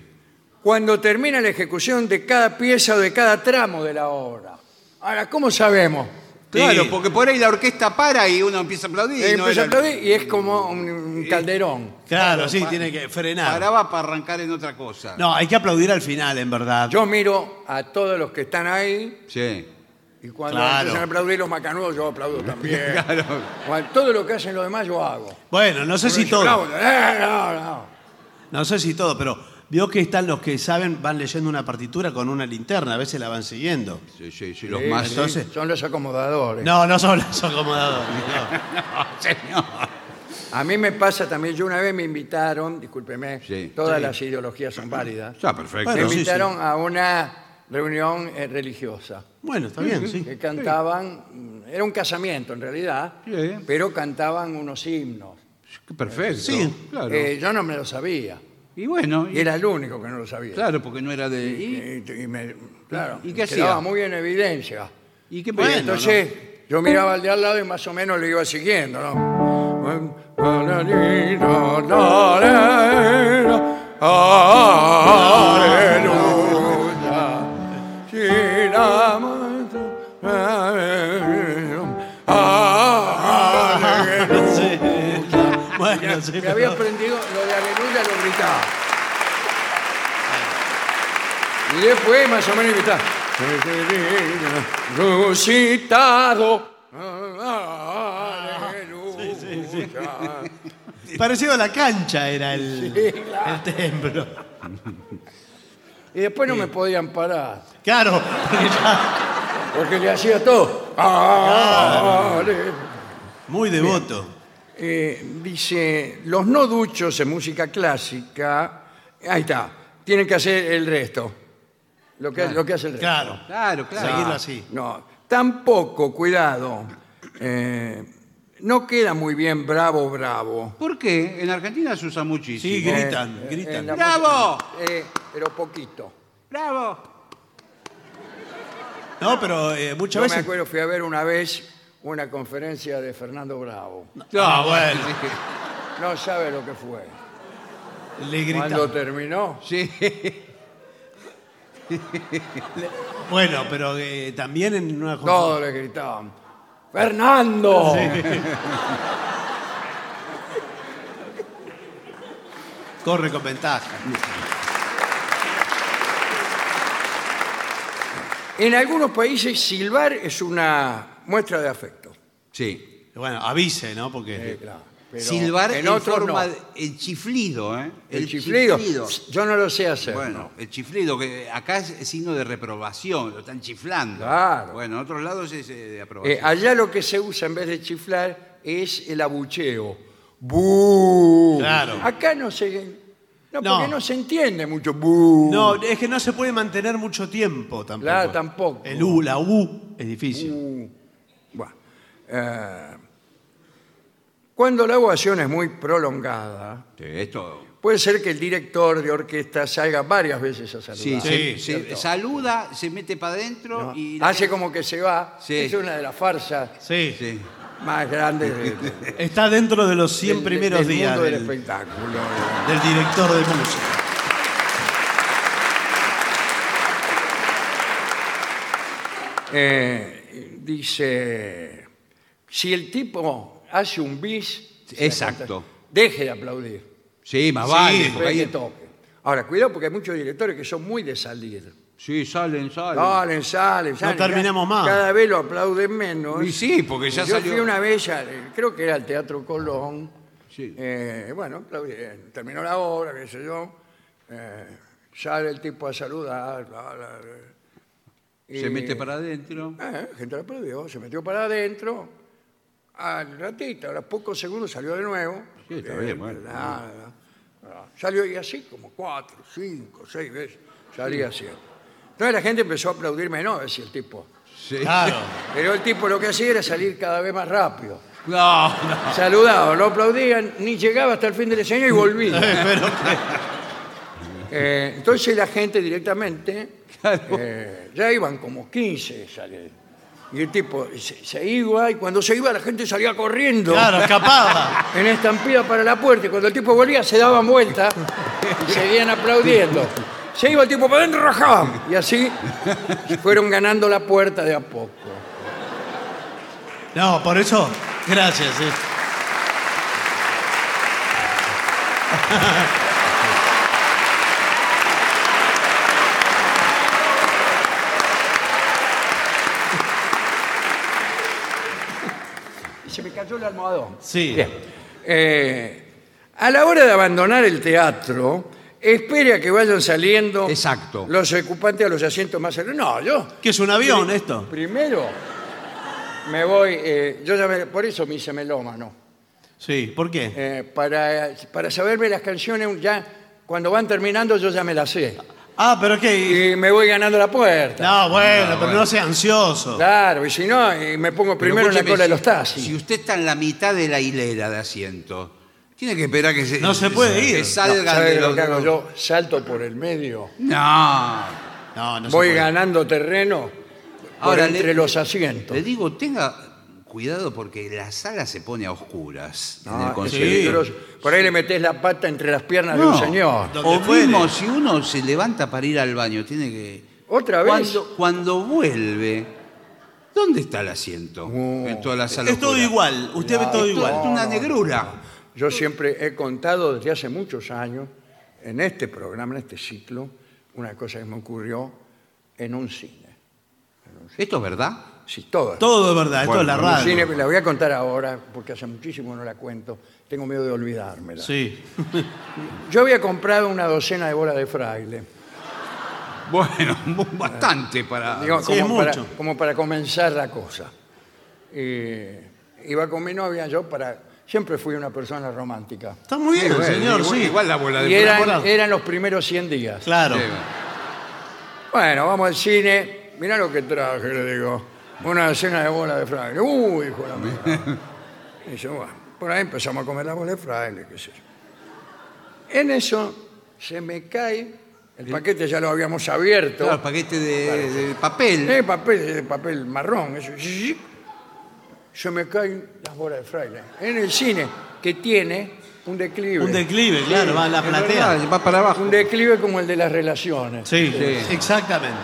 Cuando termina la ejecución de cada pieza o de cada tramo de la obra. Ahora, ¿cómo sabemos
Claro,
Sí.
porque por ahí la orquesta para y uno empieza a aplaudir.
Eh,
y no
empieza a
era-
aplaudir y es como un, un calderón.
Claro, sí,
pa-
tiene que frenar.
Paraba para arrancar en otra cosa.
No, hay que aplaudir al final, en verdad.
Yo miro a todos los que están ahí
Sí.
y cuando
Claro.
empiezan a aplaudir los macanudos yo aplaudo también.
Claro.
Cuando- todo lo que hacen los demás yo hago.
Bueno, no sé si
Yo
todo.
aplaudo, "Eh, no, no".
No sé si todo, pero vio que están los que saben, van leyendo una partitura con una linterna, a veces la van siguiendo.
Sí, sí, sí, los
Sí,
más.
sí,
entonces-
son los acomodadores.
No, no son los acomodadores. no.
A mí me pasa también, yo una vez me invitaron, discúlpeme,
Sí.
todas las ideologías son válidas.
Está perfecto.
Bueno,
me
sí,
invitaron a una reunión eh, religiosa
Bueno, está bien, sí.
que cantaban, mm, era un casamiento en realidad,
Sí.
pero cantaban unos himnos.
Perfecto.
Sí.
claro.
Eh, yo no me lo sabía,
y bueno, y-
y era el único que no lo sabía.
claro, porque no era de. eh, ¿Y,
Y, y me, claro,
¿Y qué
quedaba
hacía?
muy en evidencia.
y qué
Bueno,
bueno,
Entonces, yo miraba al de al lado y más o menos le iba siguiendo, ¿no? Aleluya, sin amor, aleluya.
Sí. Bueno, sí,
Me había
pero-
aprendido lo de aleluya, lo gritaba. Y después más o menos gritaba. Resucitado. Aleluya.
Parecido a la cancha era el,
Sí, claro.
el templo.
Y después no me podían parar,
Claro, porque ya-
porque le hacía todo. Aleluya.
muy devoto.
Eh, dice, los no duchos en música clásica, ahí está, tienen que hacer el resto. Lo que, lo que hace el resto.
Claro.
Claro, claro.
Seguirlo así.
No, tampoco, cuidado, eh, no queda muy bien bravo, bravo. Eh,
¿Por qué? En Argentina se usa muchísimo.
Sí, gritan, gritan.
En la
¡Bravo!
música, eh, pero poquito.
¡Bravo!
No, pero eh,
Yo
muchas
me
veces.
acuerdo, fui a ver una vez una conferencia de Fernando Bravo.
Ah, bueno,
No sabe lo que fue.
le
Cuando
gritan.
terminó,
Sí.
Bueno, pero eh, también en una
todos le gritaban, ¡Fernando!
corre con ventaja.
En algunos países silbar es una muestra de afecto.
Sí.
Bueno, avise, ¿no? Porque.
Pero
Silbar en,
otros
forma.
no.
de- el chiflido, ¿eh?
El, chiflido, yo no lo sé hacer.
Bueno, el chiflido, que acá es signo de reprobación, lo están chiflando.
Claro.
Bueno, en otros lados es eh, de
Eh,
aprobación.
allá lo que se usa en vez de chiflar es el abucheo. ¡Bú!
Claro.
Acá no se... No,
No.
porque no se entiende mucho. ¡Bú!
No, es que no se puede mantener mucho tiempo tampoco.
Claro, tampoco. Uh.
El U, la U es difícil.
Bueno, eh, cuando la ovación es muy prolongada,
Sí, esto.
puede ser que el director de orquesta salga varias veces a saludar.
Sí, se-
Sí,
se saluda, se mete para adentro
¿no?
y.
Hace como que se va.
Sí.
Es una de las farsas
Sí.
Sí.
más grandes de- de-
Está dentro de los 100
del-
primeros
del
días
mundo del
del,
espectáculo.
del director de música.
Eh, dice, si el tipo hace un bis, se da
Exacto.
cuenta, deje de aplaudir.
Sí, más
Sí,
vale. porque
espere
ahí-
que toque. Ahora, cuidado porque hay muchos directores que son muy de salir.
Sí, salen, salen.
Salen, salen, salen.
terminamos
Cada-
más.
Cada vez lo aplauden menos.
Y sí, porque ya
Yo
salió.
fui una vez, al- creo que era al Teatro Colón.
Sí.
Eh, bueno, aplaudí, eh, terminó la obra, qué sé yo. eh, sale el tipo a saludar. bla, bla, bla, y-
Se mete para adentro.
Eh, gente la aplaudió, se metió para adentro. Al ratito, a los pocos segundos salió de nuevo.
Sí, está bien, bueno.
bla, bla, bla. Salió y así, como cuatro, cinco, seis veces. Salía así. Entonces la gente empezó a aplaudirme, no, decía el tipo.
Sí.
Claro.
Pero el tipo lo que hacía era salir cada vez más rápido.
No, no.
Saludaba, lo aplaudían, ni llegaba hasta el fin del diseño y volvía.
Pero
Eh, entonces la gente directamente, eh, ya iban como 15 salir. Y el tipo se, se iba y cuando se iba la gente salía corriendo
Claro, escapaba.
en estampida para la puerta. Y cuando el tipo volvía se daban vuelta y seguían aplaudiendo. Se iba el tipo para adentro, rajaban. Y así fueron ganando la puerta de a poco.
No, por eso, gracias. sí.
Y se me cayó el almohadón.
Sí.
Bien. Eh, a la hora de abandonar el teatro, espere a que vayan saliendo
Exacto.
los ocupantes a los asientos más cercanos. No, yo
¿Qué es un avión esto?
primero me voy, eh, yo ya me- por eso me hice melómano,
Sí, ¿por qué?
Eh, para, para saberme las canciones ya cuando van terminando yo ya me las sé.
Ah, pero qué.
Y me voy ganando la puerta.
No, bueno, pero no sea ansioso.
Ah, Claro, y si no, y me pongo
Pero
primero en la
escúcheme,
cola de los
si-
taxis.
Si usted está en la mitad de la hilera de asiento, tiene que esperar que se.
No se puede ir.
Que
No,
salgan
¿Sabe
de
lo
los-
que hago yo? Salto por el medio,
No.
No, no se
voy
puede.
ganando terreno por
Ahora,
entre
le-
los asientos.
Le digo, tenga cuidado porque la sala se pone a oscuras en
Ah,
el
es
concierto.
peligroso. Por ahí le metes la pata entre las piernas ah, de un
No.
señor.
Donde
O
puede.
mismo si uno se levanta para ir al baño, tiene que.
¿Otra vez?
Cuando, cuando vuelve, ¿dónde está el asiento? En toda la sala.
Es todo
oscura.
igual, usted ve todo
Es
igual.
toda una negrura.
Yo siempre he contado desde hace muchos años, en este programa, en este ciclo, una cosa que me ocurrió en un cine.
¿Esto es verdad?
Sí, todas.
Todo es verdad, esto es la
En un
radio.
cine, la voy a contar ahora, porque hace muchísimo no la cuento. Tengo miedo de olvidármela.
Sí.
Yo había comprado una docena de bolas de fraile.
Bueno, bastante para.
Digo,
sí,
como,
es
para,
mucho.
como para comenzar la cosa. Eh, iba con mi novia, yo para... Siempre fui una persona romántica.
Está muy bien,
Bueno,
señor,
igual,
sí.
igual la bola de
Y
fuera.
eran,
enamorado.
eran los primeros 100 días.
Claro.
Sí, bueno.
Bueno, vamos al cine. Mirá lo que traje, le digo. Una docena de bolas de fraile. Uy, hijo de la mierda. Y yo, bueno, por ahí empezamos a comer la bola de fraile, qué sé yo. En eso se me cae. El paquete ya lo habíamos abierto.
Claro, el paquete de, de papel.
Eh, papel, eh, papel marrón, eso. zzzz. Se me caen las bolas de fraile. En el cine, que tiene un declive.
Un declive, claro, va a la
Es
platea.
verdad, va para abajo.
Un declive como el de las relaciones.
Sí,
Sí.
exactamente.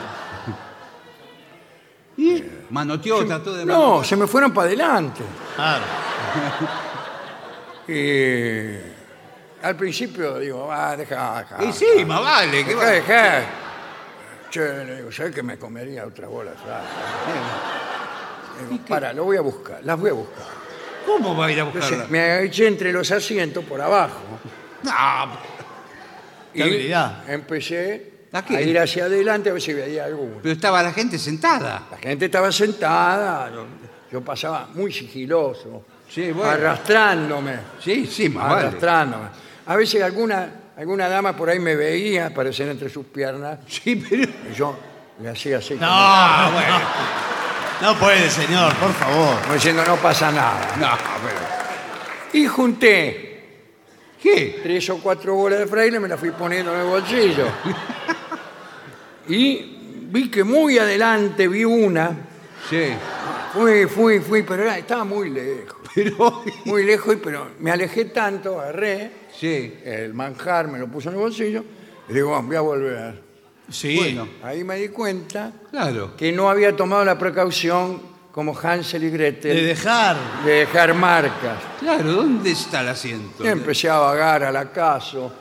Manoteó, trató de
No, se me fueron para adelante.
Claro.
Y Eh, al principio digo, ah, deja, deja.
Y sí, más vale. ¿qué
deja,
va?
deja. Che, le digo, ¿sabes que me comería otra bola? de fraile?" Le digo, para, lo voy a buscar, las voy a buscar.
¿Cómo va a ir a
Entonces,
buscarla?
me agaché entre los asientos por abajo.
No,
Qué habilidad.
empecé
¿A qué?
a ir hacia adelante a ver si veía alguno.
pero estaba la gente sentada.
La gente estaba sentada, yo, yo pasaba muy sigiloso,
Sí, bueno.
arrastrándome,
Sí, sí, más vale.
arrastrándome. A veces alguna, alguna dama por ahí me veía aparecer entre sus piernas
Sí, pero...
y yo le hacía así,
Ah,
No, bueno. No puede, señor, por favor.
como diciendo no pasa nada.
No, pero...
Y junté
¿Qué?
tres o cuatro bolas de fraile, me las fui poniendo en el bolsillo. Y vi que muy adelante vi una
Sí.
Fui, fui, fui, pero era- estaba muy lejos.
Pero...
Muy lejos, y- pero me alejé tanto, agarré
Sí.
el manjar, me lo puse en el bolsillo y digo, "Ah, voy a volver.
Sí.
Bueno.
Ahí me di cuenta
Claro.
que no había tomado la precaución como Hansel y Gretel
De
de,
dejar.
dejar marcas.
Claro, ¿dónde está el asiento?
Y empecé a vagar al acaso.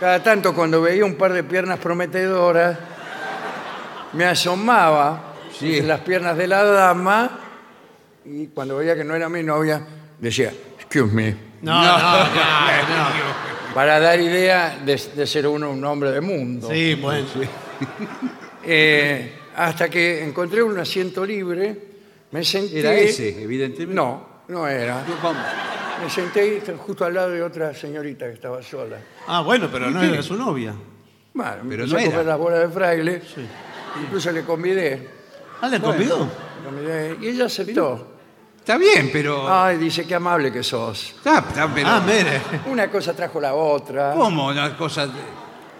Cada tanto cuando veía un par de piernas prometedoras, me asomaba
Sí.
en las piernas de la dama y cuando veía que no era mi novia, decía, excuse me,
No, no, no. no,
para dar idea de, de ser uno un hombre de mundo.
Sí, bueno.
Eh, hasta que encontré un asiento libre, me senté...
Era ese, evidentemente.
No, no era.
¿Cómo?
Me senté justo al lado de otra señorita que estaba sola.
Ah, bueno, pero no era su novia.
Bueno,
Pero
empecé
no
a comer
era.
las bolas de fraile. Incluso le convidé,
Ah, le convidó.
le convidé, Y ella aceptó.
Está bien, pero...
Ay, dice, qué amable que sos.
Está, está, pero...
Ah, mire.
Una cosa trajo la otra.
¿Cómo las cosas?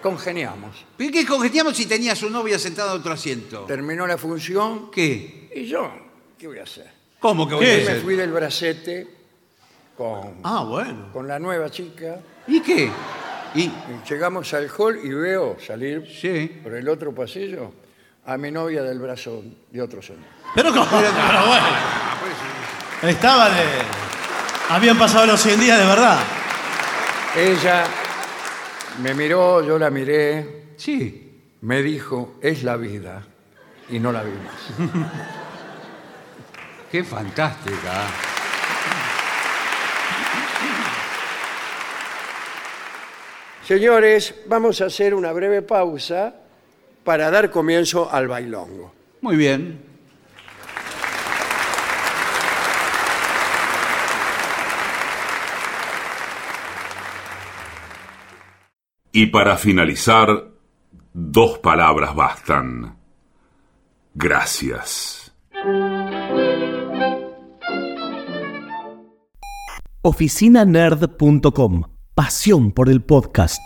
Congeniamos.
¿Pero qué congeniamos si tenía a su novia sentada en otro asiento?
Terminó la función.
¿Qué?
Y yo, ¿qué voy a hacer?
¿Cómo que voy
¿Qué?
a
Me
hacer?
fui del bracete con,
Ah, bueno.
con la nueva chica.
¿Y qué? Y...
y llegamos al hall y veo salir
Sí.
por el otro pasillo a mi novia del brazo de otro señor.
Pero, ¿cómo? Pero bueno. Estaba de. Habían pasado los 100 días de verdad.
Ella me miró, yo la miré,
Sí.
me dijo, es la vida, y no la vimos.
Qué fantástica.
Señores, vamos a hacer una breve pausa para dar comienzo al bailongo.
Muy bien.
Y para finalizar, dos palabras bastan. Gracias.
oficinanerd.com. Pasión por el podcast.